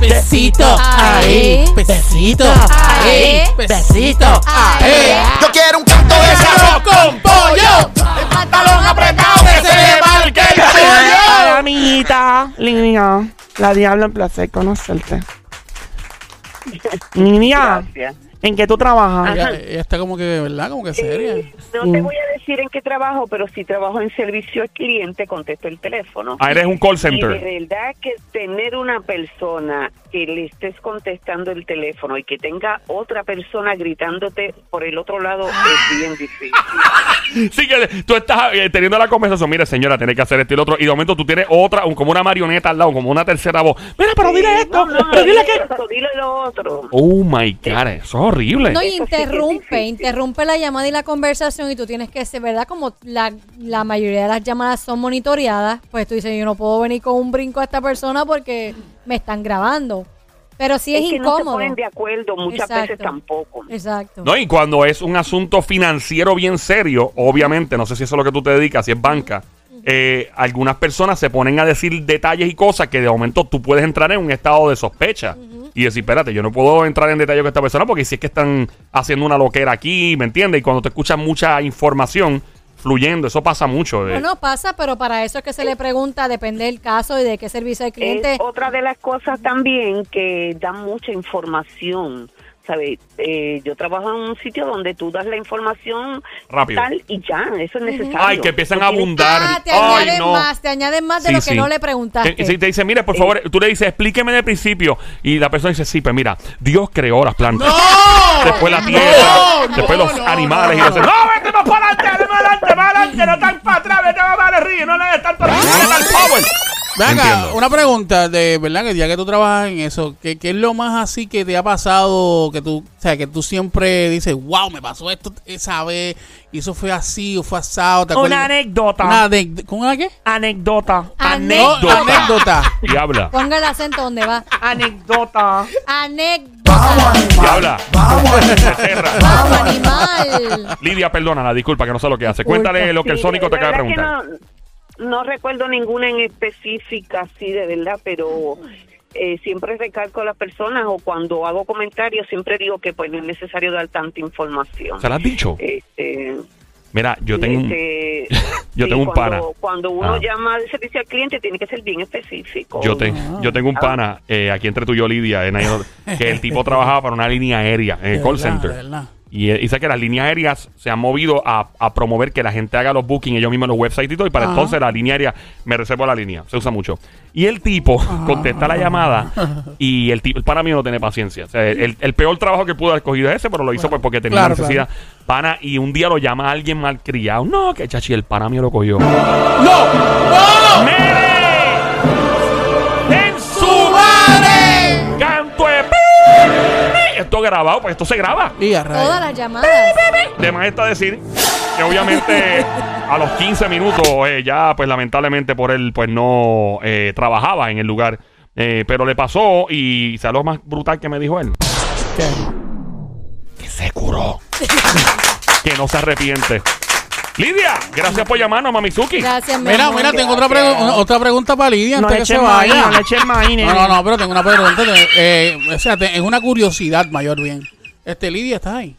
Speaker 2: Besito ahí,
Speaker 3: ahí,
Speaker 2: besito ahí,
Speaker 3: ahí,
Speaker 2: besito ahí.
Speaker 3: ahí.
Speaker 8: Yo quiero un canto de
Speaker 2: Arroz
Speaker 8: sarro
Speaker 2: con pollo,
Speaker 3: El pantalón apretado.
Speaker 2: que se le marque el
Speaker 4: Hola,
Speaker 2: pollo.
Speaker 4: amiguita. Lidia, la diabla, un placer conocerte.
Speaker 3: Ah.
Speaker 4: Lidia,
Speaker 6: Gracias.
Speaker 4: ¿en qué tú trabajas?
Speaker 2: Ella, ella está como que, ¿verdad? Como que seria.
Speaker 6: Eh, no
Speaker 3: Mm.
Speaker 6: te voy a decir en qué trabajo, pero sí trabajo en servicio al cliente, contesto el teléfono.
Speaker 1: Ah, eres un call
Speaker 6: Y de
Speaker 1: center.
Speaker 6: verdad que tener una persona que le estés contestando el teléfono y que tenga otra persona gritándote por el otro lado
Speaker 3: Ah.
Speaker 6: es bien difícil.
Speaker 1: Sí, que tú estás eh, teniendo la conversación. Mire, señora, tiene que hacer esto y lo otro. Y de momento tú tienes otra, un- como una marioneta al lado, como una tercera voz. Mira, pero
Speaker 3: pues
Speaker 1: dile
Speaker 6: Eh,
Speaker 1: esto,
Speaker 6: no, no,
Speaker 1: pero dile
Speaker 6: dile
Speaker 1: que.
Speaker 6: esto, dile lo otro.
Speaker 1: Oh my God, eso es horrible.
Speaker 3: No, y
Speaker 6: Eso sí que es
Speaker 3: interrumpe,
Speaker 6: difícil.
Speaker 3: interrumpe la llamada y la conversación y tú tienes que ser, ¿verdad? Como la, la mayoría de las llamadas son monitoreadas, pues tú dices, yo no puedo venir con un brinco a esta persona porque me están grabando. Pero sí es,
Speaker 6: que no se
Speaker 3: incómodo.
Speaker 6: ponen de acuerdo muchas veces
Speaker 3: Exacto.
Speaker 6: tampoco.
Speaker 3: Exacto.
Speaker 1: No, y cuando es un asunto financiero bien serio, obviamente, no sé si eso es lo que tú te dedicas, si es banca, eh, algunas personas se ponen a decir detalles y cosas que de momento tú puedes entrar en un estado de sospecha y decir, espérate, yo no puedo entrar en detalle con esta persona porque si es que están haciendo una loquera aquí, ¿me entiendes? Y cuando te escuchan mucha información fluyendo, eso pasa mucho. eh.
Speaker 3: Bueno, pasa, pero para eso es que se le pregunta, depende del caso y de qué servicio al cliente.
Speaker 6: Es otra de las cosas también que dan mucha información. ¿Sabes? Eh, yo trabajo en un sitio donde tú das la información
Speaker 1: Rápido.
Speaker 6: tal y ya, eso es necesario.
Speaker 1: Ay, que empiezan
Speaker 6: Tú
Speaker 1: a
Speaker 6: tienes-
Speaker 1: abundar.
Speaker 3: Ah, te
Speaker 1: Ay,
Speaker 3: añaden
Speaker 1: no.
Speaker 3: más, te añaden más de
Speaker 1: Sí,
Speaker 3: lo que
Speaker 1: sí.
Speaker 3: no le
Speaker 1: Te-
Speaker 3: preguntaste.
Speaker 1: Si te dice, mire,
Speaker 3: eh,
Speaker 1: por favor, tú le dices, explíqueme de principio. Y la persona dice, sí, pues mira, Dios creó las plantas. Después la tierra,
Speaker 2: No,
Speaker 1: después
Speaker 2: no,
Speaker 1: los
Speaker 2: no,
Speaker 1: animales.
Speaker 2: no,
Speaker 1: y dicen, no, vete más para adelante, vete más adelante, más adelante, no tan para atrás, vete más para el río, no le des tanto no le des tanto power.
Speaker 2: Venga,
Speaker 1: Entiendo.
Speaker 2: una pregunta de verdad que ya que tú trabajas en eso, ¿qué, qué es lo más así que te ha pasado que tú, o sea, que tú siempre dices, wow, me pasó esto esa vez y eso fue así o fue asado? ¿te acuerdas? Una
Speaker 4: Una anécdota.
Speaker 2: de, ¿Con una qué?
Speaker 4: Anécdota.
Speaker 3: Anécdota.
Speaker 2: No, anécdota.
Speaker 1: Diabla,
Speaker 3: Ponga el acento donde va.
Speaker 4: Anécdota.
Speaker 3: Anécdota.
Speaker 1: diabla. Becerra.
Speaker 3: Vamos, animal.
Speaker 1: Lidia, perdónala, disculpa que no sé lo que hace.
Speaker 3: Disculpa.
Speaker 1: Cuéntale lo que el
Speaker 6: Sí,
Speaker 1: Sónico te
Speaker 6: de
Speaker 1: acaba de
Speaker 6: verdad que
Speaker 1: preguntar.
Speaker 6: No, no recuerdo ninguna en específica, sí, de verdad, pero eh, siempre recalco a las personas o cuando hago comentarios siempre digo que pues no es necesario dar tanta información.
Speaker 1: ¿Se lo has dicho?
Speaker 6: Este,
Speaker 1: Mira, yo tengo un...
Speaker 6: este,
Speaker 1: yo
Speaker 6: sí,
Speaker 1: tengo un
Speaker 6: cuando,
Speaker 1: pana.
Speaker 6: Cuando uno
Speaker 1: Ah.
Speaker 6: llama de servicio al cliente tiene que ser bien específico.
Speaker 2: Oh,
Speaker 1: Yo, te- yo tengo
Speaker 2: Ah.
Speaker 1: un pana, eh, aquí entre tú y yo, Lidia, en ahí- que el tipo trabajaba para una línea aérea, en el
Speaker 2: De
Speaker 1: call
Speaker 2: verdad,
Speaker 1: center.
Speaker 2: de verdad.
Speaker 1: Y eh, dice que las líneas aéreas se han movido a, a promover que la gente haga los bookings ellos mismos en los websites y todo. Y para
Speaker 2: Ajá.
Speaker 1: entonces la línea aérea, me reservo la línea, se usa mucho. Y el tipo contesta la llamada y el tipo, el pana mío no tiene paciencia. O sea, el, el peor trabajo que pudo haber cogido es ese, pero lo hizo pues porque tenía
Speaker 2: claro,
Speaker 1: necesidad. Pana, y un día lo llama alguien malcriado. No, que chachi, el pana mío lo cogió.
Speaker 2: ¡No! ¡No!
Speaker 1: ¡Mere! ¡En
Speaker 2: ¡Tu
Speaker 1: su
Speaker 2: madre!
Speaker 1: canto de pi! Esto grabado, pues esto se graba.
Speaker 2: Y a rayos.
Speaker 3: Todas las llamadas.
Speaker 1: De más está decir que obviamente a los 15 minutos eh, ya, pues lamentablemente por él, pues no eh, trabajaba en el lugar. Eh, pero le pasó y ¿sabes lo más brutal que me dijo él?
Speaker 2: ¿Qué?
Speaker 1: Que se curó. que no se arrepiente. Lidia, gracias por llamarnos, Mamizuki.
Speaker 3: Gracias, mi
Speaker 2: Mira,
Speaker 3: amor.
Speaker 2: mira, tengo otra, pregu- una- otra pregunta para Lidia
Speaker 4: No
Speaker 2: antes
Speaker 4: le
Speaker 2: que se
Speaker 4: echen maíz,
Speaker 2: vaya.
Speaker 4: no le echen maíz,
Speaker 2: No,
Speaker 4: nene.
Speaker 2: no, no, pero tengo una pregunta. te- eh, o sea, te- es una curiosidad mayor bien. Este, Lidia, ¿estás ahí?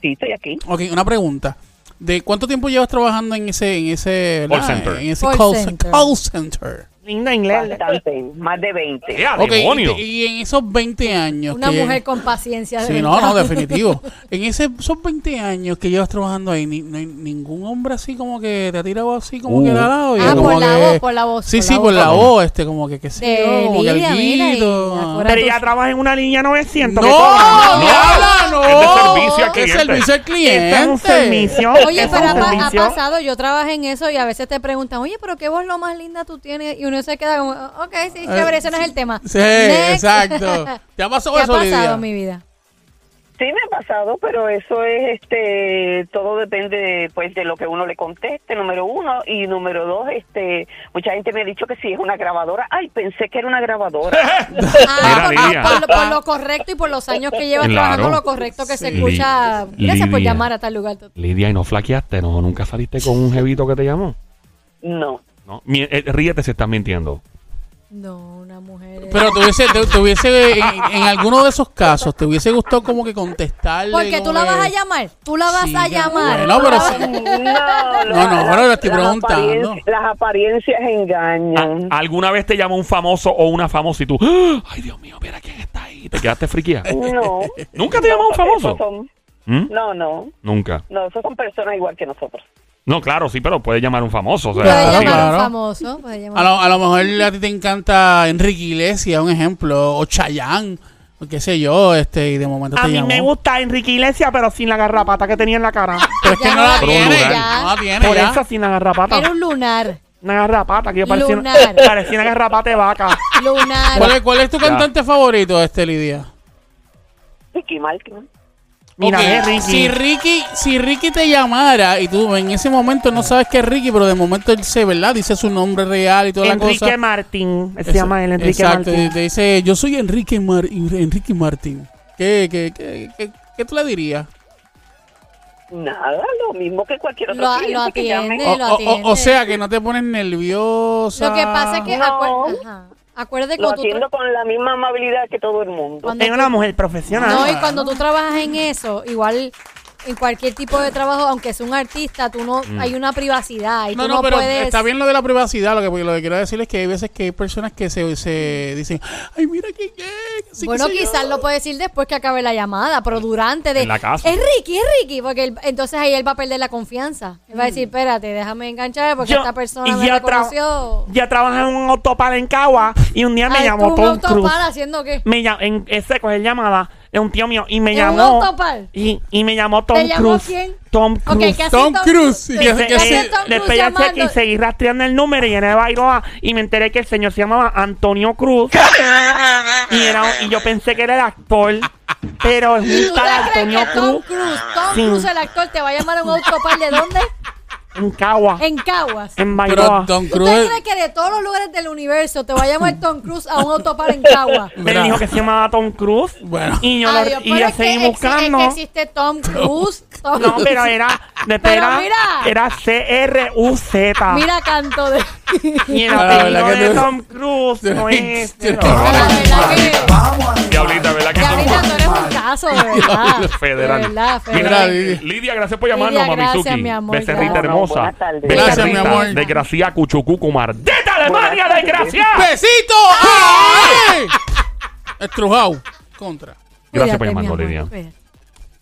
Speaker 6: Sí, estoy aquí.
Speaker 2: Ok, una pregunta. ¿De cuánto tiempo llevas trabajando en ese, en ese,
Speaker 1: Call
Speaker 2: ¿verdad?
Speaker 1: center.
Speaker 2: En ese
Speaker 3: Call
Speaker 2: call, cen-
Speaker 3: center.
Speaker 2: call center?
Speaker 4: Linda inglés.
Speaker 6: Bastante, más de 20.
Speaker 1: ¡Ea,
Speaker 2: Ok, y-
Speaker 1: demonio!
Speaker 2: Y, en esos 20 años.
Speaker 3: Una
Speaker 2: que-
Speaker 3: mujer con paciencia. de
Speaker 2: Sí, no,
Speaker 3: verdad.
Speaker 2: no, definitivo. En ese, esos 20 años que llevas trabajando ahí, ni- no hay ningún hombre así como que te ha tirado así como que de
Speaker 1: Uh.
Speaker 2: al lado. y
Speaker 3: Ah,
Speaker 2: como
Speaker 3: por la
Speaker 2: que-
Speaker 3: voz, por la voz,
Speaker 2: Sí,
Speaker 3: por
Speaker 2: sí,
Speaker 3: la
Speaker 2: por
Speaker 3: voz.
Speaker 2: la voz, este, como que, qué sé
Speaker 3: De
Speaker 2: yo, como que
Speaker 3: Lidia, mira, y
Speaker 2: alguito.
Speaker 3: acuérdate.
Speaker 4: Pero ella trabaja en una línea 900.
Speaker 2: ¡No!
Speaker 4: que cobran.
Speaker 2: ¡Diabla, no!
Speaker 1: Es de servicio al
Speaker 2: Es
Speaker 1: cliente.
Speaker 2: servicio al cliente.
Speaker 4: Esto es un servicio.
Speaker 3: Oye,
Speaker 4: esto
Speaker 3: pero
Speaker 4: es
Speaker 3: ha,
Speaker 4: un
Speaker 3: pa- ha
Speaker 4: servicio.
Speaker 3: pasado, yo trabajé en eso y a veces te preguntan, oye, pero qué voz lo más linda tú tienes. Y uno se queda como, ok, sí, chévere, ese no es el tema.
Speaker 2: Eh, Sí,
Speaker 3: Next.
Speaker 2: exacto. ¿Te ha pasado
Speaker 3: ¿Qué
Speaker 2: eso,
Speaker 3: ha pasado,
Speaker 2: Lidia?
Speaker 3: mi vida?
Speaker 6: Sí me ha pasado, pero eso es, este, todo depende, pues, de lo que uno le conteste, número uno, y número dos, este, mucha gente me ha dicho que sí es una grabadora. Ay, pensé que era una grabadora.
Speaker 3: Ah,
Speaker 1: Mira,
Speaker 3: por,
Speaker 1: Lidia.
Speaker 3: por lo, por lo correcto y por los años que llevas
Speaker 1: Claro.
Speaker 3: trabajando, lo correcto que se
Speaker 1: Sí.
Speaker 3: escucha. Gracias por
Speaker 1: Lidia.
Speaker 3: llamar a tal lugar.
Speaker 1: Lidia, ¿y no flaqueaste? ¿No? ¿Nunca saliste con un jevito que te llamó?
Speaker 6: No.
Speaker 1: No. Mi- eh, ríete si estás mintiendo.
Speaker 3: No, una mujer. es-
Speaker 2: Pero te hubiese, te, te hubiese en, en alguno de esos casos, te hubiese gustado como que contestarle.
Speaker 3: Porque tú
Speaker 2: como
Speaker 3: la
Speaker 2: que-
Speaker 3: vas a llamar, tú la vas
Speaker 2: Sí,
Speaker 3: a
Speaker 2: ya.
Speaker 3: llamar.
Speaker 2: Bueno,
Speaker 3: tú
Speaker 2: pero
Speaker 3: la vas-
Speaker 2: sí.
Speaker 6: No, no,
Speaker 2: No, no, ahora lo estoy preguntando.
Speaker 6: las apariencias engañan.
Speaker 1: Ah, ¿Alguna vez te llamó un famoso o una famosa y tú, ¡Ah! ay Dios mío, mira quién está ahí? ¿Te quedaste friquía?
Speaker 6: Eh, No.
Speaker 1: ¿Nunca te llamó un famoso?
Speaker 6: Esos son-
Speaker 1: ¿Mm?
Speaker 6: No, no.
Speaker 1: Nunca.
Speaker 6: No, esos son personas igual que nosotros.
Speaker 1: No, claro, sí, pero puede llamar un famoso. o sea,
Speaker 3: Puedes
Speaker 2: Claro,
Speaker 1: sí.
Speaker 3: llamar a
Speaker 2: claro.
Speaker 3: un famoso, puedes llamar
Speaker 2: A lo, a lo mejor a ti te encanta Enrique Iglesias, un ejemplo, o Chayanne, o qué sé yo, este, y de momento
Speaker 4: A
Speaker 2: te
Speaker 4: mí
Speaker 2: llamó.
Speaker 4: me gusta Enrique Iglesias, pero sin la garrapata que tenía en la cara.
Speaker 2: Pero es que
Speaker 3: Ya
Speaker 2: no
Speaker 3: no
Speaker 2: la
Speaker 3: la
Speaker 2: tiene,
Speaker 1: tiene,
Speaker 3: ya.
Speaker 2: no la tiene
Speaker 4: Por
Speaker 2: ya.
Speaker 4: eso, sin la garrapata.
Speaker 3: Era un lunar,
Speaker 4: Una garrapata que yo parecía una,
Speaker 3: Lunar.
Speaker 4: parecía una garrapata de vaca.
Speaker 2: ¿Cuál
Speaker 3: lunar.
Speaker 2: es, cuál es tu cantante favorito, este, Lidia?
Speaker 6: Ricky Martin.
Speaker 4: Mira,
Speaker 2: Ok,
Speaker 4: ve, Ricky.
Speaker 2: Si Ricky, si Ricky te llamara y tú en ese momento no sabes que es Ricky, pero de momento él se, ¿verdad? Dice su nombre real y toda la cosa.
Speaker 4: Enrique Martín. Se
Speaker 2: Esa-
Speaker 4: llama él, Enrique
Speaker 2: Exacto,
Speaker 4: Martín.
Speaker 2: y te dice, yo soy Enrique, Mar Enrique Martín. ¿Qué, qué, qué, qué, qué tú le dirías?
Speaker 6: Nada, lo mismo que cualquier otro
Speaker 3: Lo-
Speaker 6: cliente
Speaker 3: lo
Speaker 6: que llame.
Speaker 3: atiende.
Speaker 2: O,
Speaker 3: lo
Speaker 2: o- o- o
Speaker 3: atiende.
Speaker 2: sea, que no te pones nerviosa.
Speaker 3: Lo que pasa es que
Speaker 6: No.
Speaker 3: acuer- ajá. acuérdate
Speaker 6: Lo
Speaker 3: cuando tú
Speaker 6: atiendo
Speaker 3: tra-
Speaker 6: con la misma amabilidad que todo el mundo.
Speaker 3: cuando
Speaker 4: Es una mujer profesional.
Speaker 3: No, y cuando
Speaker 4: Ah.
Speaker 3: tú trabajas en eso, igual en cualquier tipo de trabajo, aunque sea un artista, tú no
Speaker 1: Mm.
Speaker 3: hay una privacidad y
Speaker 2: No,
Speaker 3: tú
Speaker 2: no,
Speaker 3: no,
Speaker 2: pero
Speaker 3: puedes.
Speaker 2: está bien lo de la privacidad. Lo que, lo que quiero decir es que hay veces que hay personas que se, se dicen, ay, mira quién es. sí,
Speaker 3: bueno,
Speaker 2: qué sé yo".
Speaker 3: quizás lo puedes decir después que acabe la llamada, pero durante de
Speaker 1: En la casa.
Speaker 3: Es Ricky, es Ricky, porque él- entonces ahí él va a perder la confianza. Él va a decir, espérate, déjame enganchar porque
Speaker 4: Mm. Yo-
Speaker 3: esta persona
Speaker 4: y
Speaker 3: me
Speaker 4: ya, tra-
Speaker 3: reconoció.
Speaker 4: ya trabajé en un autopal en Cagua y un día me
Speaker 3: Ay,
Speaker 4: llamó
Speaker 3: tú, un
Speaker 4: Tom Cruise.
Speaker 3: autopar haciendo qué?
Speaker 4: Me llam- en ese coger llamada de un tío mío y me
Speaker 3: ¿En
Speaker 4: llamó
Speaker 3: un autopar?
Speaker 4: y, y me llamó Tom
Speaker 3: ¿Te llamó
Speaker 4: Cruise.
Speaker 3: quién?
Speaker 4: Tom
Speaker 3: Ok,
Speaker 4: Cruise.
Speaker 3: ¿qué hace
Speaker 2: Tom Cruise, y
Speaker 3: ¿Qué
Speaker 2: que-
Speaker 4: Dice,
Speaker 2: que
Speaker 3: hace
Speaker 2: se-
Speaker 4: eh,
Speaker 3: Tom Cruise
Speaker 4: después ya sé que
Speaker 3: llamando?
Speaker 4: seguí rastreando el número y en el Bairoa y me enteré que el señor se llamaba Antonio Cruz y, era, y yo pensé que era el actor pero es
Speaker 3: ¿Y
Speaker 4: un
Speaker 3: tú
Speaker 4: tal
Speaker 3: te crees
Speaker 4: Antonio
Speaker 3: que Tom
Speaker 4: Cruz
Speaker 3: Cruz, Tom
Speaker 4: Sí.
Speaker 3: Cruise, el actor, te va a llamar a un autopar de dónde?
Speaker 4: en Cagua
Speaker 3: En Caguas.
Speaker 2: Pero
Speaker 4: en Bairoa
Speaker 2: Tom
Speaker 3: ¿Tú
Speaker 2: Cruise.
Speaker 3: crees que de todos los lugares del universo te va a llamar Tom Cruise a un autopar en Cagua?
Speaker 4: me dijo que se llamaba Tom Cruz
Speaker 2: Bueno.
Speaker 4: y yo lo-
Speaker 3: Adiós,
Speaker 4: y
Speaker 3: pero
Speaker 4: yo
Speaker 3: es que
Speaker 4: seguí
Speaker 3: exi-
Speaker 4: buscando
Speaker 3: Es que existe Tom Cruise, Tom, son.
Speaker 4: No, pero era. De
Speaker 3: Pero
Speaker 4: pera,
Speaker 3: mira.
Speaker 4: Era C-R-U-Z.
Speaker 3: Mira, canto de.
Speaker 4: Y el
Speaker 2: Ah, la
Speaker 4: apellido
Speaker 2: verdad que
Speaker 4: de
Speaker 2: tú-
Speaker 4: Tom Cruise no es.
Speaker 2: Sí.
Speaker 3: La verdad que.
Speaker 1: Diablita, ¿verdad que
Speaker 3: Diablita, tú eres un caso, de verdad.
Speaker 1: Federal.
Speaker 3: De
Speaker 1: Mira,
Speaker 3: verdad, federal.
Speaker 1: Lidia, Lidia, gracias por llamarnos,
Speaker 3: Lidia,
Speaker 1: mami
Speaker 3: gracias,
Speaker 1: Suki.
Speaker 3: mi amor,
Speaker 1: Becerrita
Speaker 3: gracias.
Speaker 1: hermosa.
Speaker 6: Ah, Buenas tardes.
Speaker 2: Gracias, mi
Speaker 1: Becerrita,
Speaker 2: amor.
Speaker 1: Desgracia, cuchucucu, mardita Alemania,
Speaker 6: tardes.
Speaker 1: desgracia.
Speaker 2: ¡Besito! ¡Ay! Estrujado. Contra.
Speaker 1: Gracias
Speaker 3: Cuídate,
Speaker 1: por llamarnos,
Speaker 3: mi amor,
Speaker 1: Lidia.
Speaker 3: cuídate.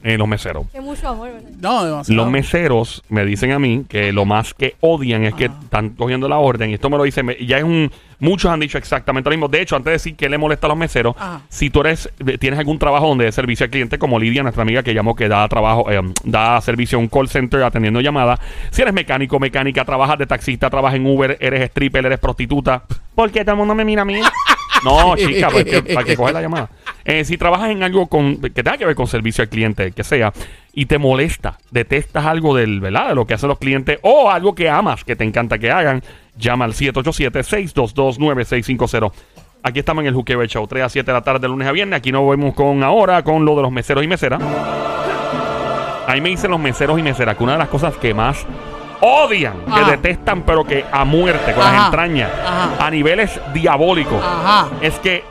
Speaker 1: Eh, los meseros.
Speaker 3: Qué mucho amor, ¿verdad?
Speaker 2: No, demasiado.
Speaker 1: Los meseros me dicen a mí que lo más que odian es que están cogiendo la orden. Y esto me lo dicen. me- ya es un. Muchos han dicho exactamente lo mismo. De hecho, antes de decir que le molesta a los meseros,
Speaker 2: Ajá.
Speaker 1: si tú eres, de- tienes algún trabajo donde de servicio al cliente, como Lidia, nuestra amiga que llamó que da trabajo, eh, da servicio a un call center atendiendo llamadas. Si eres mecánico, mecánica, trabajas de taxista, trabajas en Uber, eres stripper, eres prostituta.
Speaker 4: Porque todo el mundo me mira a mí.
Speaker 1: No, chica, para que, para que coge la llamada. Eh, si trabajas en algo con, que tenga que ver con servicio al cliente, que sea, y te molesta, detestas algo del, ¿verdad? De lo que hacen los clientes o algo que amas, que te encanta que hagan, llama al 787-622-9650. Aquí estamos en el Juqueo del Show, 3 a 7 de la tarde, de lunes a viernes. Aquí nos vemos con ahora, con lo de los meseros y meseras. Ahí me dicen los meseros y meseras que una de las cosas que más odian,
Speaker 2: Ajá.
Speaker 1: que detestan, pero que a muerte, con las
Speaker 2: Ajá.
Speaker 1: entrañas,
Speaker 2: Ajá.
Speaker 1: a niveles diabólicos
Speaker 2: Ajá.
Speaker 1: es que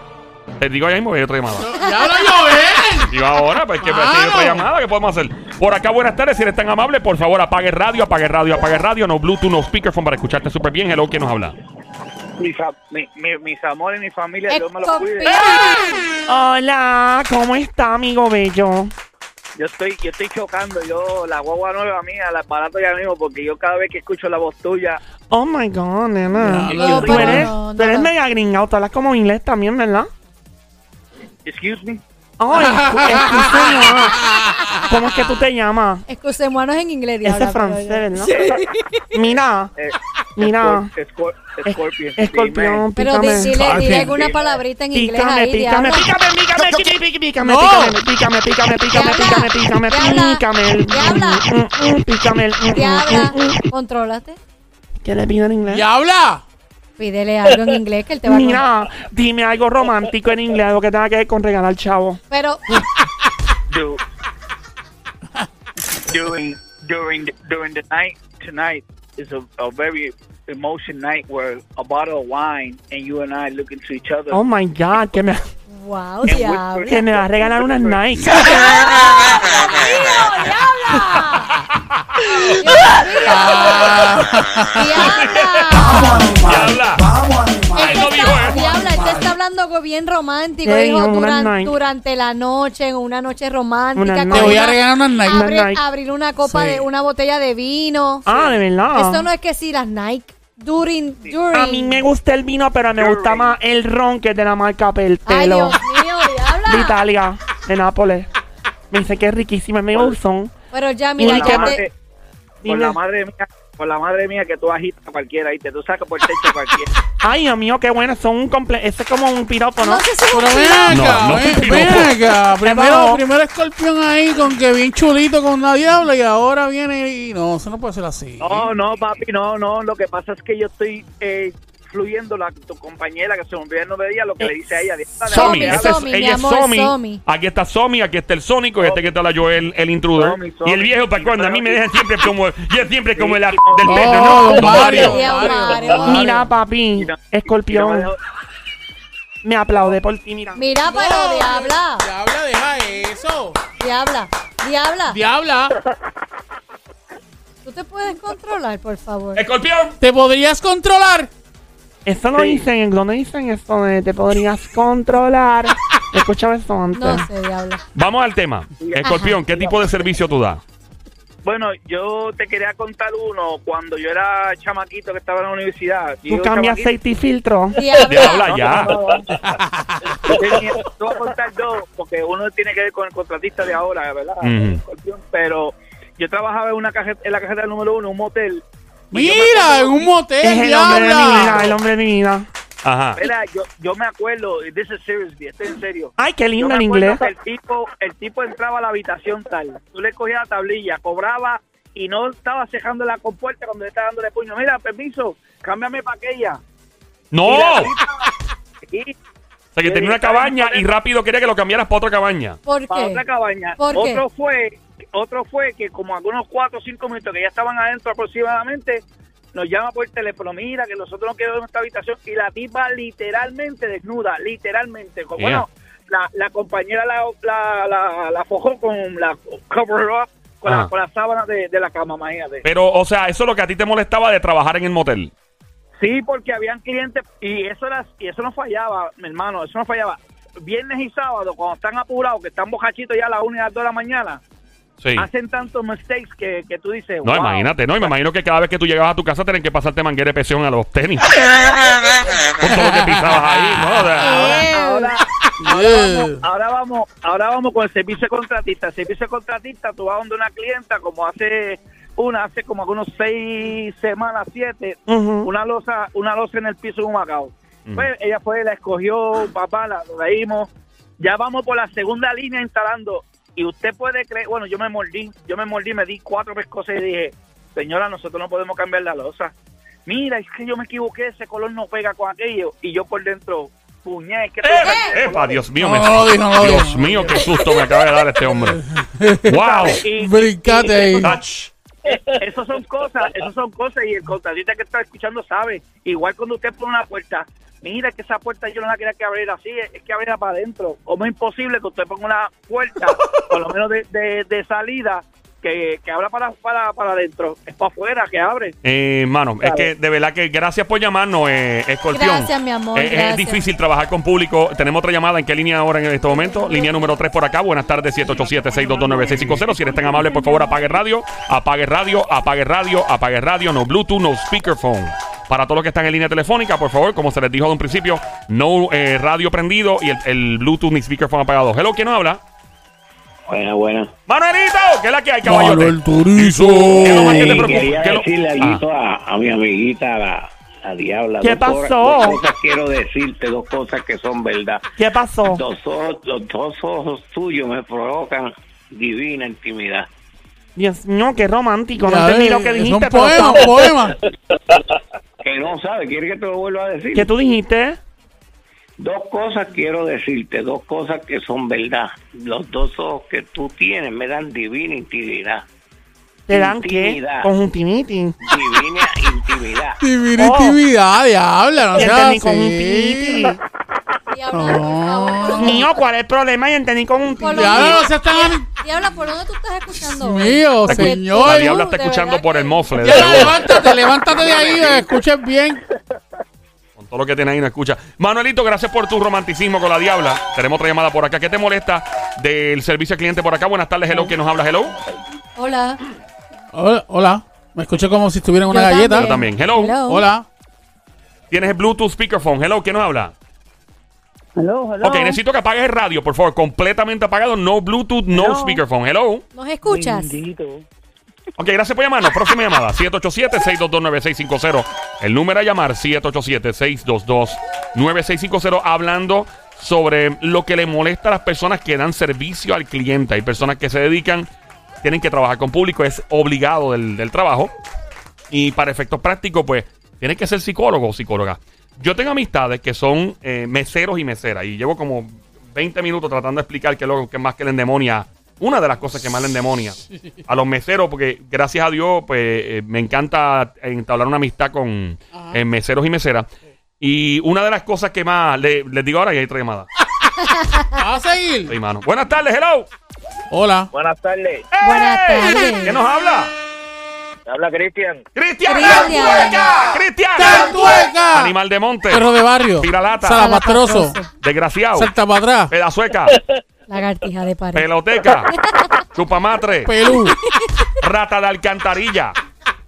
Speaker 1: te digo ya mismo que hay otra llamada.
Speaker 2: ¡Ya lo llové!
Speaker 1: Digo ahora, pues que pues, si hay otra
Speaker 2: Claro.
Speaker 1: llamada, ¿qué podemos hacer? Por acá, buenas tardes, si eres tan amable, por favor, apague radio, apague radio, apague radio, no Bluetooth, no speakerphone para escucharte súper bien. Hello, ¿quién nos habla?
Speaker 8: mi fa- mi- mi- mis amores, mi familia, Dios me los
Speaker 3: Héctor
Speaker 8: cuide.
Speaker 4: ¡Ah!
Speaker 3: Piña.
Speaker 4: Hola, ¿cómo está, amigo bello?
Speaker 8: Yo estoy, yo estoy chocando, yo, la guagua nueva mía, la aparato ya mismo, porque yo cada vez que escucho la voz tuya,
Speaker 4: Oh my god, nena.
Speaker 2: Ya lo
Speaker 4: tú
Speaker 2: llové.
Speaker 4: eres,
Speaker 3: No, no,
Speaker 4: tú eres
Speaker 3: no.
Speaker 4: mega gringado, tú hablas como inglés también, ¿verdad?
Speaker 8: excuse me,
Speaker 4: Ay, escu- excuse me. ¿Cómo es que tú te llamas?
Speaker 3: Excusez-moi, no es en inglés,
Speaker 4: Ese
Speaker 3: diabla,
Speaker 4: es francés,
Speaker 3: pero-
Speaker 4: ¿verdad? Mira,
Speaker 8: eh,
Speaker 4: mira.
Speaker 8: Scor- Scor- Scorpion,
Speaker 4: Es- Escorpión,
Speaker 3: Pero di-
Speaker 4: pícame.
Speaker 3: dile, dile
Speaker 2: Ay,
Speaker 3: alguna
Speaker 8: sí.
Speaker 3: palabrita en inglés
Speaker 4: Pícame,
Speaker 3: ahí,
Speaker 4: pícame, pícame,
Speaker 3: diabla.
Speaker 4: pícame, pícame, pícame,
Speaker 2: No.
Speaker 4: pícame, pícame, pícame, pícame,
Speaker 3: Diabla,
Speaker 4: pícame, pícame,
Speaker 3: diabla,
Speaker 4: pícame, el-
Speaker 3: diabla.
Speaker 4: mm, mm, mm, pícame, el- mm, mm,
Speaker 3: Diabla,
Speaker 4: mm, mm.
Speaker 3: contrólate.
Speaker 4: ¿Qué le pido en inglés?
Speaker 2: ¡Diabla!
Speaker 3: Pídele algo en inglés que él te va a contar.
Speaker 4: Mira, dime algo romántico en inglés, algo que tenga que ver con regalar chavo.
Speaker 3: Pero,
Speaker 8: Du- during, during, the- during the night, tonight is a, a very emotion night where a bottle of wine and you and I look into each other.
Speaker 4: Oh my god, que me,
Speaker 3: wow, diabla.
Speaker 4: que me va a regalar unas Nike.
Speaker 3: Dios
Speaker 4: Ah,
Speaker 3: mío. Diabla.
Speaker 1: Diabla. Ay, no
Speaker 3: Él te
Speaker 1: dijo
Speaker 3: está-
Speaker 1: eso.
Speaker 3: Diabla, él te está hablando algo bien romántico.
Speaker 4: Ey,
Speaker 3: dijo
Speaker 4: una
Speaker 3: duran-
Speaker 4: night.
Speaker 3: durante la noche, en una noche romántica.
Speaker 4: Una
Speaker 3: con
Speaker 2: Te
Speaker 4: night.
Speaker 2: voy a
Speaker 3: una-
Speaker 2: regalar unas Nike.
Speaker 3: abrir,
Speaker 4: Night.
Speaker 3: abrir una copa
Speaker 2: Sí.
Speaker 3: de una botella de vino.
Speaker 4: Ah, de
Speaker 3: Esto no
Speaker 4: verdad.
Speaker 3: es que si las Nike. During, during.
Speaker 4: A mí me gusta el vino, pero me gusta más el ron que es de la marca
Speaker 3: Ay,
Speaker 4: Pertelo.
Speaker 3: Dios mío,
Speaker 4: De
Speaker 3: diabla.
Speaker 4: Italia, de Nápoles. Me dice que es riquísima, es medio son.
Speaker 3: Pero ya, mira,
Speaker 4: Ni
Speaker 3: ya
Speaker 8: Por la
Speaker 4: cama.
Speaker 3: te,
Speaker 8: madre- por la
Speaker 4: Dime.
Speaker 8: madre mía, por la madre mía que tú agitas a cualquiera, ¿viste? Tú sacas por el techo a cualquiera.
Speaker 4: Ay, Dios mío, qué bueno. Son un comple Ese es como un piropo, ¿no?
Speaker 3: No sé si es un
Speaker 2: Pero ven
Speaker 3: piropo.
Speaker 2: acá,
Speaker 1: No, no
Speaker 2: ven,
Speaker 1: te
Speaker 2: ven
Speaker 1: piropo.
Speaker 2: acá. Primero,
Speaker 4: vamos.
Speaker 2: primero escorpión ahí con que bien chulito con la diabla y ahora viene y no, eso no puede ser así.
Speaker 8: No, no, papi, no, no. Lo que pasa es que yo estoy eh, fluyendo la tu compañera que se me olvidó el nombre de ella, lo que le dice a ella. Diabla,
Speaker 1: Somi,
Speaker 3: Somi,
Speaker 8: diabla,
Speaker 1: ese este es-
Speaker 3: Somi, mi
Speaker 1: ella es
Speaker 3: amor,
Speaker 1: Somi.
Speaker 3: Somi.
Speaker 1: Aquí está Somi, aquí está el Sónico, y este que está la Joel, el intruder.
Speaker 8: Somi, Somi.
Speaker 1: Y el viejo, ¿te acuerdas? A mí me dejan siempre como, yo siempre como el a-
Speaker 8: Sí.
Speaker 1: del
Speaker 2: No,
Speaker 1: Pedro, ¿no?
Speaker 3: Oh,
Speaker 2: don
Speaker 1: Don
Speaker 2: Mario.
Speaker 1: Mario.
Speaker 3: Mario, Mario.
Speaker 2: Don Mario.
Speaker 4: Mira, papi,
Speaker 8: y no- y
Speaker 4: escorpión,
Speaker 8: no me dejó-
Speaker 4: me aplaude por ti, mira.
Speaker 3: Mira,
Speaker 2: No,
Speaker 3: pero diabla,
Speaker 2: Diabla, deja eso.
Speaker 3: diabla, diabla.
Speaker 2: Diabla,
Speaker 3: Tú te puedes controlar, por favor.
Speaker 1: Escorpión.
Speaker 2: ¿te podrías controlar?
Speaker 4: Eso no
Speaker 8: Sí.
Speaker 4: dicen, no dicen eso de te podrías controlar. Escuchaba eso antes.
Speaker 3: No sé, diabla.
Speaker 1: Vamos al tema. Escorpión, ¿qué tipo de servicio tú das?
Speaker 8: Bueno, yo te quería contar uno. Cuando yo era chamaquito que estaba en la universidad.
Speaker 4: Tú cambias aceite y filtro.
Speaker 3: Diabla.
Speaker 1: Diabla, ya.
Speaker 8: Yo tenía- te voy a contar dos, porque uno tiene que ver con el contratista de ahora, ¿verdad?
Speaker 1: Ujú.
Speaker 8: Escorpión, Pero yo trabajaba en, una caje- en la cajeta número uno, un motel. y yo me
Speaker 2: Mira, en
Speaker 8: acuerdo-
Speaker 2: un motel,
Speaker 4: Es el hombre de mi vida, el
Speaker 2: diabla.
Speaker 4: hombre de mi vida.
Speaker 1: Ajá.
Speaker 8: Mira, yo, yo me acuerdo, this is seriously, esto es en serio.
Speaker 4: Ay, qué
Speaker 8: Yo
Speaker 4: lindo
Speaker 8: me
Speaker 4: en
Speaker 8: acuerdo
Speaker 4: inglés.
Speaker 8: que El tipo, el tipo entraba a la habitación tal, tú le cogías la tablilla, cobraba y no estaba cejando la compuerta cuando le estaba dándole puño. Mira, permiso, cámbiame para aquella.
Speaker 1: No.
Speaker 8: Y la
Speaker 1: O
Speaker 8: tipa- sí,
Speaker 1: sea, que tenía una cabaña y rápido quería que lo cambiaras para otra cabaña.
Speaker 3: ¿Por
Speaker 8: para otra
Speaker 3: qué?
Speaker 8: cabaña.
Speaker 3: ¿Por qué?
Speaker 8: Otro fue Otro fue que como algunos cuatro o cinco minutos que ya estaban adentro aproximadamente, nos llama por teléfono, mira que nosotros no queremos esta habitación y la tipa literalmente desnuda, literalmente. Como,
Speaker 1: Yeah.
Speaker 8: Bueno, la, la compañera la, la, la, la fojó con la cover up, con,
Speaker 1: Ajá.
Speaker 3: Ah.
Speaker 8: la, con la sábana de, de la cama, imagínate.
Speaker 1: Pero, o sea, eso es lo que a ti te molestaba de trabajar en el motel.
Speaker 8: Sí, porque habían clientes y eso era, y eso no fallaba, mi hermano, eso no fallaba. Viernes y sábado, cuando están apurados, que están bocachitos ya a las 1 y las 2 de la mañana,
Speaker 1: Sí.
Speaker 8: hacen tantos mistakes que, que tú dices,
Speaker 1: No,
Speaker 8: wow.
Speaker 1: imagínate, no, y me imagino que cada vez que tú llegabas a tu casa tenían que pasarte manguera de presión a los tenis. Con todo lo que pisabas ahí, ¿no? O sea,
Speaker 8: Ahora,
Speaker 2: Eh.
Speaker 8: ahora vamos, ahora vamos con el servicio de contratista. El servicio de contratista, tú vas donde una clienta, como hace una, hace como algunos seis semanas, siete,
Speaker 4: Ujú.
Speaker 8: una losa, una losa en el piso de un macao. Pues ella fue, la escogió, papá, la nos reímos. Ya vamos por la segunda línea instalando. Y usted puede creer, bueno, yo me mordí, yo me mordí, me di cuatro pescosas y dije, señora, nosotros no podemos cambiar la losa. Mira, es que yo me equivoqué, ese color no pega con aquello. Y yo por dentro, puñé, que
Speaker 1: ¡Eh! Epa, Dios mío,
Speaker 2: No,
Speaker 1: me-
Speaker 2: no lo dijo, no lo
Speaker 1: Dios
Speaker 2: dijo.
Speaker 1: mío, qué susto me acaba de dar este hombre. ¡Wow!
Speaker 2: Brincate ahí.
Speaker 1: Ach.
Speaker 8: Esas son cosas, esas son cosas y el contratista que está escuchando sabe. Igual cuando usted pone una puerta, mira que esa puerta yo no la quería que abriera así, es que abriera para adentro. ¿Cómo es imposible que usted ponga una puerta, por lo menos de, de- de salida, que, que abra para, para, para adentro? Es para afuera que abre.
Speaker 1: Eh, mano, es
Speaker 8: Claro.
Speaker 1: que de verdad que gracias por llamarnos, eh, Escorpión.
Speaker 3: Gracias, mi amor,
Speaker 1: Eh, Es
Speaker 3: gracias.
Speaker 1: difícil trabajar con público. Tenemos otra llamada. ¿En qué línea ahora en este momento? Línea número 3 por acá. Buenas tardes, 787-622-9650. Si eres tan amable, por favor, apague radio, apague radio, apague radio, apague radio. No Bluetooth, no speakerphone. Para todos los que están en línea telefónica, por favor, como se les dijo de un principio, no eh, radio prendido y el, el Bluetooth ni speakerphone apagado. Hello, ¿quién nos habla?
Speaker 9: Bueno, bueno.
Speaker 1: ¡Manuelito! ¿Qué es la que hay,
Speaker 2: Malo
Speaker 1: caballote?
Speaker 2: el turizo.
Speaker 1: ¿Qué es lo más que te
Speaker 9: Sí,
Speaker 1: preocupa?
Speaker 9: quería
Speaker 1: ¿Qué es lo-
Speaker 9: decirle
Speaker 1: Ah.
Speaker 9: alguito a, a mi amiguita, la, la diabla.
Speaker 4: ¿Qué
Speaker 9: Dos cosas-
Speaker 4: pasó?
Speaker 9: dos cosas quiero decirte, dos cosas que son verdad.
Speaker 4: ¿Qué pasó?
Speaker 9: Dos ojos, los dos ojos tuyos me provocan divina intimidad.
Speaker 4: Dios mío, qué romántico. No
Speaker 2: Ya
Speaker 4: entendí
Speaker 2: ves,
Speaker 4: lo que
Speaker 2: Son
Speaker 4: dijiste, pero
Speaker 2: poemas,
Speaker 4: estamos-
Speaker 2: poemas.
Speaker 9: Que no sabe, quiere que te lo vuelva a decir.
Speaker 4: ¿Qué tú dijiste?
Speaker 9: Dos cosas quiero decirte, dos cosas que son verdad. Los dos ojos que tú tienes me dan divina intimidad.
Speaker 4: ¿Te dan qué?
Speaker 9: Intimidad.
Speaker 4: Conjuntivitis.
Speaker 9: Divina intimidad.
Speaker 2: Divinitividad, diabla, no
Speaker 4: Y
Speaker 2: seas
Speaker 4: entendí
Speaker 2: así.
Speaker 4: conjuntivitis.
Speaker 3: Diabla, por
Speaker 4: Dios
Speaker 3: favor.
Speaker 4: mío, ¿cuál es el problema? Y entendí conjuntivitis.
Speaker 3: Por lo
Speaker 2: Diabla,
Speaker 3: menos-
Speaker 2: no seas tan...
Speaker 3: Diabla, ¿por dónde tú estás escuchando?
Speaker 2: Dios
Speaker 3: hoy?
Speaker 2: mío,
Speaker 3: Porque
Speaker 2: señor.
Speaker 3: tú,
Speaker 1: La diabla está
Speaker 3: uh, de
Speaker 1: escuchando
Speaker 3: verdad
Speaker 1: por el
Speaker 3: que-
Speaker 1: mofle. de
Speaker 2: Diabla,
Speaker 1: la voz.
Speaker 2: levántate, levántate de ahí, eh, escuches bien.
Speaker 1: Con todo lo que tiene ahí no escucha. Manuelito, gracias por tu romanticismo con la diabla. Tenemos otra llamada por acá. ¿Qué te molesta del servicio al cliente por acá? Buenas tardes, hello, que nos habla, hello.
Speaker 3: Hola.
Speaker 2: Hola, hola. me escuché como si estuviera en una
Speaker 3: Yo
Speaker 2: galleta.
Speaker 1: Yo también. Hello.
Speaker 2: Hola.
Speaker 1: Tienes el Bluetooth speakerphone, hello, ¿quién nos habla?
Speaker 6: Hello,
Speaker 1: Ok, necesito que apagues el radio, por favor, completamente apagado. No Bluetooth, no speakerphone, hello.
Speaker 3: ¿Nos escuchas?
Speaker 1: Ok, gracias por llamarnos. Próxima llamada, 787-622-9650. El número a llamar, 787-622-9650. Hablando sobre lo que le molesta a las personas que dan servicio al cliente. Hay personas que se dedican, tienen que trabajar con público, es obligado del, del trabajo. Y para efectos prácticos, pues, tienen que ser psicólogo o psicóloga. Yo tengo amistades que son eh, meseros y meseras. Y llevo como 20 minutos tratando de explicar qué es lo que más que le endemonia. Una de las cosas que más le endemonia a los meseros, porque gracias a Dios, pues eh, me encanta entablar una amistad con eh, meseros y meseras. Y una de las cosas que más le- les digo ahora, y hay otra llamada.
Speaker 2: ¿Vas a seguir?
Speaker 1: Ah. Sí, mano. Buenas tardes, hello.
Speaker 2: Hola.
Speaker 8: Buenas tardes,
Speaker 3: Buenas
Speaker 1: ¡Ey!
Speaker 3: tardes.
Speaker 1: ¿Qué nos habla?
Speaker 8: habla Cristian.
Speaker 1: ¡Cristian!
Speaker 3: Cristian.
Speaker 1: ¡Tantueca! ¡Cristian!
Speaker 2: ¡Tantueca!
Speaker 1: Animal de monte.
Speaker 2: Perro de barrio.
Speaker 1: Piralata.
Speaker 2: Salapastroso.
Speaker 1: Desgraciado.
Speaker 2: Salta para atrás.
Speaker 1: Pedazueca.
Speaker 3: Lagartija de pared.
Speaker 1: Peloteca. Chupamatre.
Speaker 2: Pelú. ¡Oh,
Speaker 1: Rata de alcantarilla.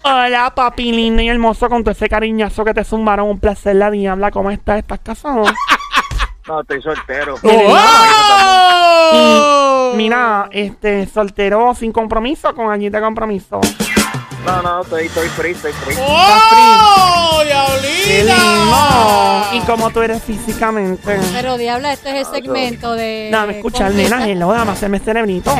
Speaker 4: Hola, papi lindo y hermoso, con todo ese cariñazo que te zumbaron. Un placer, la diabla. ¿Cómo estás? ¿Estás casado?
Speaker 8: No, estoy soltero.
Speaker 2: ¡Oh!
Speaker 4: Mira, este, soltero sin compromiso, con añita de compromiso.
Speaker 8: No, no, estoy, estoy free, estoy free.
Speaker 2: ¡Oh!
Speaker 4: ¡Qué lindo! ¿Y
Speaker 2: ¡Diablita!
Speaker 4: cómo tú eres físicamente?
Speaker 3: Pero Diabla, este es el segmento de...
Speaker 4: Dame escuchar,
Speaker 3: confiesa.
Speaker 4: nena, hello, dame hacerme cerebrito.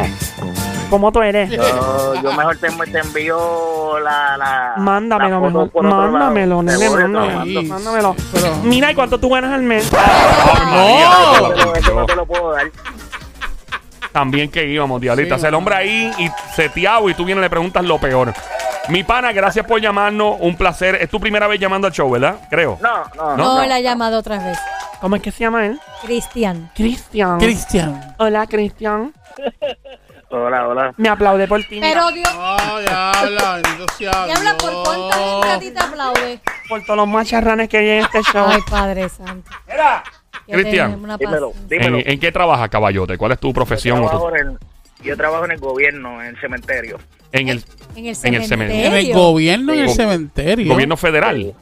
Speaker 4: ¿Cómo tú eres?
Speaker 8: Yo, yo mejor te, te envío la, la
Speaker 4: Mándamelo,
Speaker 8: la foto
Speaker 4: mejor.
Speaker 8: por otro lado.
Speaker 4: Mándamelo, nene,
Speaker 8: Seguro, te lo
Speaker 4: mándamelo.
Speaker 8: mando.
Speaker 4: Mándamelo.
Speaker 2: Pero-
Speaker 4: Mira, ¿y cuánto tú ganas al mes?
Speaker 1: Ay, Ah, María,
Speaker 2: no.
Speaker 1: te la
Speaker 8: Pero
Speaker 1: puso.
Speaker 8: eso no te lo puedo dar.
Speaker 1: también que íbamos, diablita.
Speaker 2: Sí,
Speaker 1: O sea, el hombre ahí y seteado y tú vienes y le preguntas lo peor. Mi pana, gracias por llamarnos. Un placer. Es tu primera vez llamando al show, ¿verdad? Creo.
Speaker 10: No, no,
Speaker 1: No,
Speaker 3: No,
Speaker 1: no.
Speaker 3: la ha llamado otra vez.
Speaker 4: ¿Cómo es que se llama él?
Speaker 3: Cristian.
Speaker 4: Cristian.
Speaker 2: Cristian.
Speaker 4: Hola, Cristian.
Speaker 8: Hola, hola.
Speaker 4: Me aplaude por ti.
Speaker 3: Pero Dios,
Speaker 2: Oh, diabla, bendito sea
Speaker 3: diabla, ¿por
Speaker 2: Dios.
Speaker 3: cuánta gente a ti te aplaude?
Speaker 4: Por todos los macharranes que hay en este show.
Speaker 3: Ay, Padre Santo. Que
Speaker 1: Cristian,
Speaker 3: tenemos una
Speaker 8: Dímelo,
Speaker 3: paciencia.
Speaker 1: ¿En,
Speaker 8: dímelo.
Speaker 1: en qué trabajas, caballote? ¿Cuál es tu profesión? o tu-
Speaker 8: trabajo en el- yo trabajo en el gobierno, en el cementerio.
Speaker 1: en el
Speaker 3: En el
Speaker 1: En el
Speaker 3: cementerio.
Speaker 1: cementerio.
Speaker 2: En el gobierno y el
Speaker 1: Sí.
Speaker 2: cementerio.
Speaker 1: gobierno federal.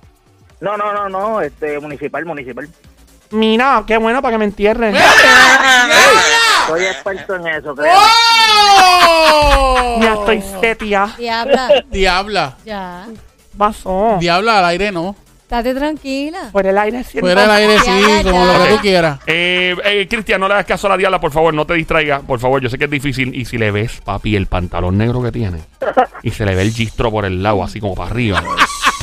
Speaker 8: No, no, no, no, este municipal, municipal.
Speaker 4: Mira, qué bueno para que me entierren.
Speaker 8: Soy experto en eso, creo.
Speaker 2: ¡Oh!
Speaker 4: Ya estoy setia.
Speaker 3: Diabla,
Speaker 2: Diabla.
Speaker 3: ya.
Speaker 4: Pasó.
Speaker 2: Diabla al aire no.
Speaker 3: Estate tranquila.
Speaker 4: Por el aire siento.
Speaker 2: Fuera al aire
Speaker 3: Diabla,
Speaker 2: sí,
Speaker 3: ya.
Speaker 2: como lo que tú quieras.
Speaker 1: Eh, eh, Cristian, no le hagas caso a la diabla, por favor, no te distraigas, por favor, yo sé que es difícil. Y si le ves, papi, el pantalón negro que tiene, y se le ve el gistro por el lado, así como para arriba.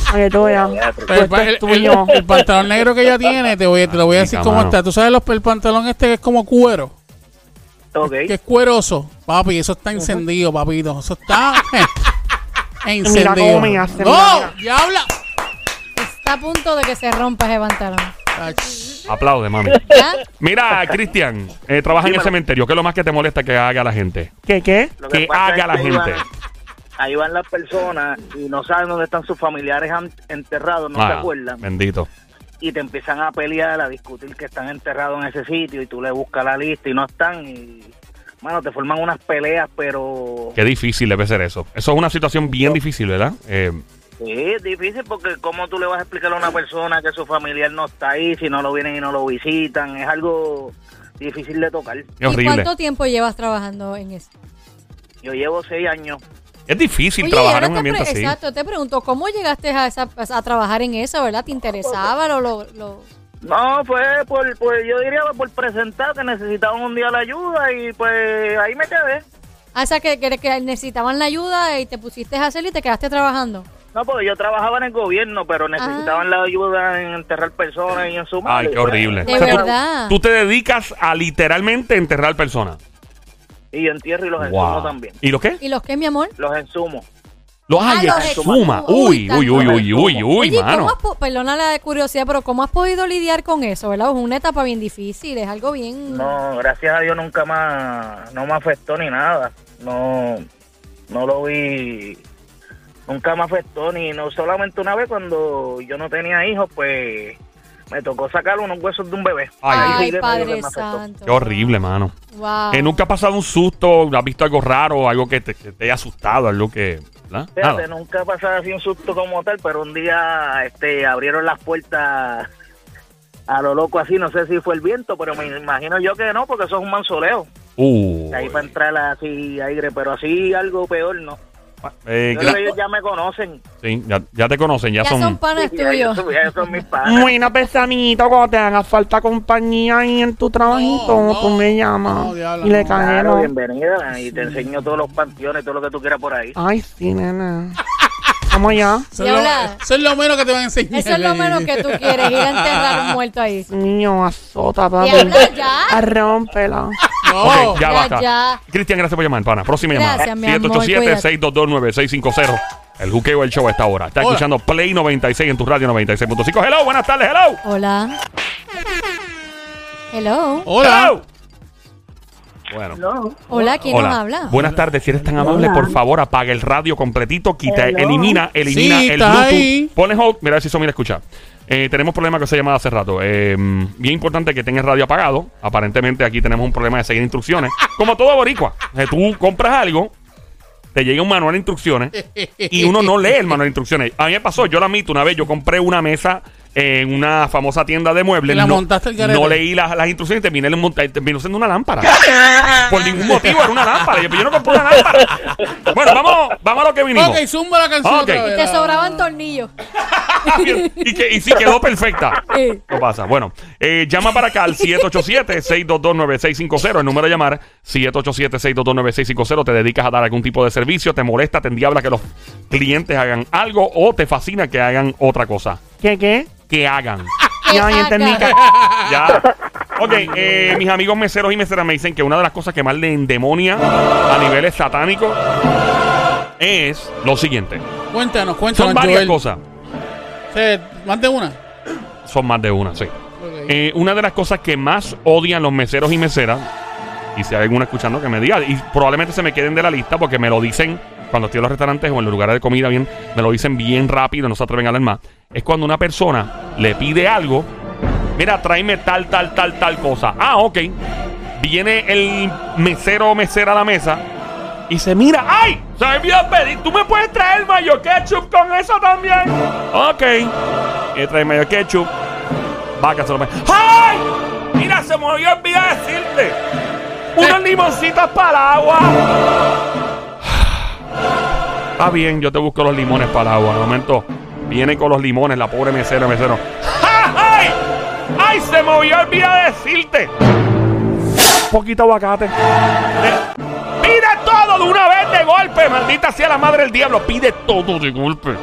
Speaker 4: Para que tú veas.
Speaker 2: Pero
Speaker 4: Esto es
Speaker 2: el, el-
Speaker 4: tuyo.
Speaker 2: el pantalón negro que ella tiene, te, voy, te lo voy a decir
Speaker 1: Chica,
Speaker 2: cómo
Speaker 1: mano.
Speaker 2: está. Tú sabes los, el pantalón este que es como cuero,
Speaker 8: Ok.
Speaker 2: que es cueroso. Papi, eso está encendido, papito. Eso está eh, encendido.
Speaker 4: cómo me hace,
Speaker 2: ¡No!
Speaker 4: mira.
Speaker 2: ¡Diabla!
Speaker 3: Está a punto de que se rompa ese pantalón.
Speaker 2: Ach,
Speaker 1: Aplaude, mami.
Speaker 3: ¿Ya?
Speaker 1: Mira, Cristian, eh, trabaja en el cementerio. ¿Qué es lo más que te molesta que haga la gente?
Speaker 4: ¿Qué qué?
Speaker 8: Lo
Speaker 1: Que
Speaker 8: pasa
Speaker 1: haga
Speaker 8: es
Speaker 1: la
Speaker 8: que ahí
Speaker 1: gente.
Speaker 8: van- Ahí van las personas y no saben dónde están sus familiares an- enterrados, no se
Speaker 1: Ah,
Speaker 8: acuerdan.
Speaker 1: Bendito.
Speaker 8: Y te empiezan a pelear, a discutir que están enterrados en ese sitio y tú le buscas la lista y no están. Y, mano, te forman unas peleas, pero...
Speaker 1: Qué difícil debe ser eso. Eso es una situación bien difícil, ¿verdad? Eh,
Speaker 8: Sí, es difícil porque cómo tú le vas a explicar a una persona que su familiar no está ahí, si no lo vienen y no lo visitan, es algo difícil de tocar.
Speaker 1: es
Speaker 3: ¿Y
Speaker 1: horrible.
Speaker 3: cuánto tiempo llevas trabajando en eso?
Speaker 8: Yo llevo seis años.
Speaker 1: Es difícil
Speaker 3: Oye,
Speaker 1: trabajar
Speaker 3: y ahora
Speaker 1: en un
Speaker 3: te
Speaker 1: ambiente
Speaker 3: pre-
Speaker 1: así.
Speaker 3: Exacto, te pregunto, ¿cómo llegaste a, esa- a trabajar en eso, verdad? ¿Te interesaba? Lo, lo, lo-
Speaker 8: No, pues, por, pues yo diría por presentar que necesitaban un día la ayuda y pues ahí me quedé.
Speaker 3: Ah, o sea, que, que- que necesitaban la ayuda y te pusiste a hacer y te quedaste trabajando.
Speaker 8: No, porque yo trabajaba en el gobierno, pero necesitaban la ayuda en enterrar personas y en Pues, su
Speaker 1: Ay, qué horrible.
Speaker 3: De
Speaker 1: O sea, tú-
Speaker 3: verdad.
Speaker 1: Tú te dedicas a literalmente enterrar personas.
Speaker 8: Y yo entierro y los ensumo
Speaker 1: Wow.
Speaker 8: también.
Speaker 1: ¿Y lo qué?
Speaker 3: ¿Y los qué, mi amor?
Speaker 8: Los ensumo.
Speaker 1: Los
Speaker 3: Ah,
Speaker 1: hay
Speaker 3: los
Speaker 1: exhuma.
Speaker 3: exhuma.
Speaker 1: Uy,
Speaker 3: Uy,
Speaker 1: uy, uy,
Speaker 3: tanto.
Speaker 1: uy, uy, uy,
Speaker 3: Oye, ¿y
Speaker 1: mano.
Speaker 3: ¿cómo has po- perdona la curiosidad, pero ¿cómo has podido lidiar con eso, verdad? Es una etapa bien difícil, es algo bien...
Speaker 8: No, gracias a Dios nunca más, no me afectó ni nada. No, no lo vi, nunca me afectó ni, no solamente una vez cuando yo no tenía hijos, pues me tocó sacar unos huesos de un bebé.
Speaker 1: Ay,
Speaker 3: Ay,
Speaker 8: Dios.
Speaker 3: Padre
Speaker 8: Me afectó.
Speaker 3: Santo.
Speaker 1: Qué horrible, mano.
Speaker 3: Wow.
Speaker 1: Eh, ¿Nunca ha pasado un susto? ¿Has visto algo raro? ¿Algo que te, que te haya asustado? ¿Algo que...? ¿verdad?
Speaker 8: Fíjate,
Speaker 1: Nada.
Speaker 8: nunca pasaba así un susto como tal, pero un día este, abrieron las puertas a lo loco así, no sé si fue el viento, pero me imagino yo que no, porque eso es un mansoleo.
Speaker 1: Uh,
Speaker 8: Ahí para entrar así aire, pero así algo peor, ¿no?
Speaker 1: eh,
Speaker 8: Yo creo
Speaker 1: gra-
Speaker 8: que ellos ya me conocen.
Speaker 1: sí, ya, ya te conocen, ya,
Speaker 3: Ya son,
Speaker 1: son...
Speaker 3: panas
Speaker 8: Ya ellos
Speaker 3: tuyos.
Speaker 8: son- ya ellos son mis padres.
Speaker 4: Bueno, pues, amiguito, cuando te haga falta compañía ahí en tu trabajito,
Speaker 2: No, no.
Speaker 4: tú me llamas.
Speaker 2: No, diablo,
Speaker 4: y le
Speaker 2: no.
Speaker 8: Claro,
Speaker 4: caemos.
Speaker 8: bienvenida. Y te enseño todos los panteones, todo lo que tú quieras por ahí.
Speaker 4: Ay, sí, nena. Vamos allá.
Speaker 2: Eso es, lo,
Speaker 3: Diabla.
Speaker 2: eso es lo menos que te van a enseñar.
Speaker 3: Eso es lo menos que tú quieres, ir a enterrar un muerto ahí.
Speaker 4: Niño, azota, papi.
Speaker 3: Diabla, ya.
Speaker 4: A rómpela.
Speaker 2: No.
Speaker 1: Ok, ya,
Speaker 3: Ya,
Speaker 1: basta.
Speaker 3: ya.
Speaker 1: Cristian, gracias por llamar, pana. Próxima
Speaker 3: Gracias, mi
Speaker 1: llamada.
Speaker 3: amor,
Speaker 1: 787-622-9650. El juqueo del show a esta hora. Está
Speaker 2: Hola.
Speaker 1: escuchando Play 96 en tu radio 96.5. Hello, buenas tardes, hello.
Speaker 3: Hola. Hello.
Speaker 1: Oh,
Speaker 2: Hola.
Speaker 1: Hello. Bueno.
Speaker 3: Hola, ¿quién
Speaker 1: oh, Hola.
Speaker 3: nos habla?
Speaker 1: Buenas tardes, si eres tan amable, por favor, apaga el radio completito, quita, elimina, elimina
Speaker 2: Sí,
Speaker 1: el
Speaker 2: está
Speaker 1: Bluetooth.
Speaker 2: ahí.
Speaker 1: Pones hold, mira si eso, mira, escucha. Eh, tenemos problemas que se llamaba hace rato. Eh, bien importante que tengas el radio apagado. Aparentemente aquí tenemos un problema de seguir instrucciones. Como todo boricua, eh, tú compras algo, te llega un manual de instrucciones y uno no lee el manual de instrucciones. A mí me pasó, yo la admito, una vez yo compré una mesa en una famosa tienda de muebles.
Speaker 2: Y la
Speaker 1: no,
Speaker 2: montaste al garete.
Speaker 1: no leí las, las instrucciones y terminé, monta- terminó siendo una lámpara. Por ningún motivo era una lámpara. Yo, yo no compré una lámpara. Bueno, vamos, vamos a lo que vinimos.
Speaker 2: Ok, zumba la canción
Speaker 1: Ok.
Speaker 2: otra vez.
Speaker 3: Te sobraban tornillos.
Speaker 1: y, que, y sí quedó perfecta.
Speaker 3: Sí.
Speaker 1: No pasa. Bueno, eh, llama para acá al 787-622-9650. El número de llamar, 787-622-9650. Te dedicas a dar algún tipo de servicio, te molesta, te endiabla que los clientes hagan algo o te fascina que hagan otra cosa.
Speaker 4: ¿Qué, qué?
Speaker 1: Que hagan.
Speaker 3: Que
Speaker 4: Ya, ya
Speaker 3: haga.
Speaker 4: entendí que...
Speaker 1: Ya. Ok, eh, mis amigos meseros y meseras me dicen que una de las cosas que más le endemonia a niveles satánicos es lo siguiente.
Speaker 2: Cuéntanos, cuéntanos,
Speaker 1: Son varias
Speaker 2: Joel.
Speaker 1: cosas.
Speaker 2: Sí, más de una.
Speaker 1: Son más de una, sí.
Speaker 2: Ok.
Speaker 1: Eh, una de las cosas que más odian los meseros y meseras, y si hay alguna escuchando que me diga, y probablemente se me queden de la lista porque me lo dicen cuando estoy en los restaurantes o en los lugares de comida, bien, me lo dicen bien rápido, no se atreven a hablar más, es cuando una persona le pide algo, mira, tráeme tal, tal, tal, tal cosa. Ah, ok. Viene el mesero o mesera a la mesa y se mira, ¡ay! Se me olvidó pedir, ¿tú me puedes traer mayo ketchup con eso también? Ok. Y trae mayo ketchup. Vaca se lo pone. ¡Ay! Mira, se me olvidó olvidar decirte. Unas limoncitas para el agua. Está bien, yo te busco los limones para el agua. De momento, viene con los limones la pobre mesera, mesero. ¡Ay! ¡Ay! Se me olvidó olvidar decirte. Poquito aguacate. Eh, Pide todo de una vez de golpe. Maldita sea la madre del diablo. Pide todo de golpe.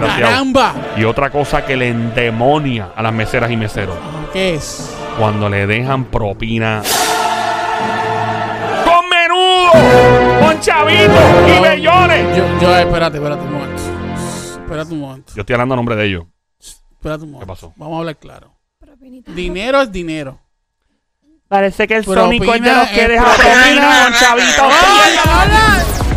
Speaker 1: Gracias.
Speaker 2: ¡Caramba!
Speaker 1: Y otra cosa que le endemonia a las meseras y meseros,
Speaker 2: ¿Qué es?
Speaker 1: cuando le dejan propina. ¡Con menudo! ¡Con chavitos y bellones!
Speaker 2: Yo, yo, eh, espérate, espérate un momento. Espérate un momento.
Speaker 1: Yo estoy hablando a nombre de ellos.
Speaker 2: Espérate un momento.
Speaker 1: pasó?
Speaker 2: Vamos a hablar claro.
Speaker 3: Propinita.
Speaker 2: Dinero es dinero.
Speaker 4: Parece que el
Speaker 2: Propina
Speaker 4: Sónico es de los que
Speaker 2: es
Speaker 4: deja
Speaker 2: propina.
Speaker 4: propina con chavitos.
Speaker 2: ¡Ay,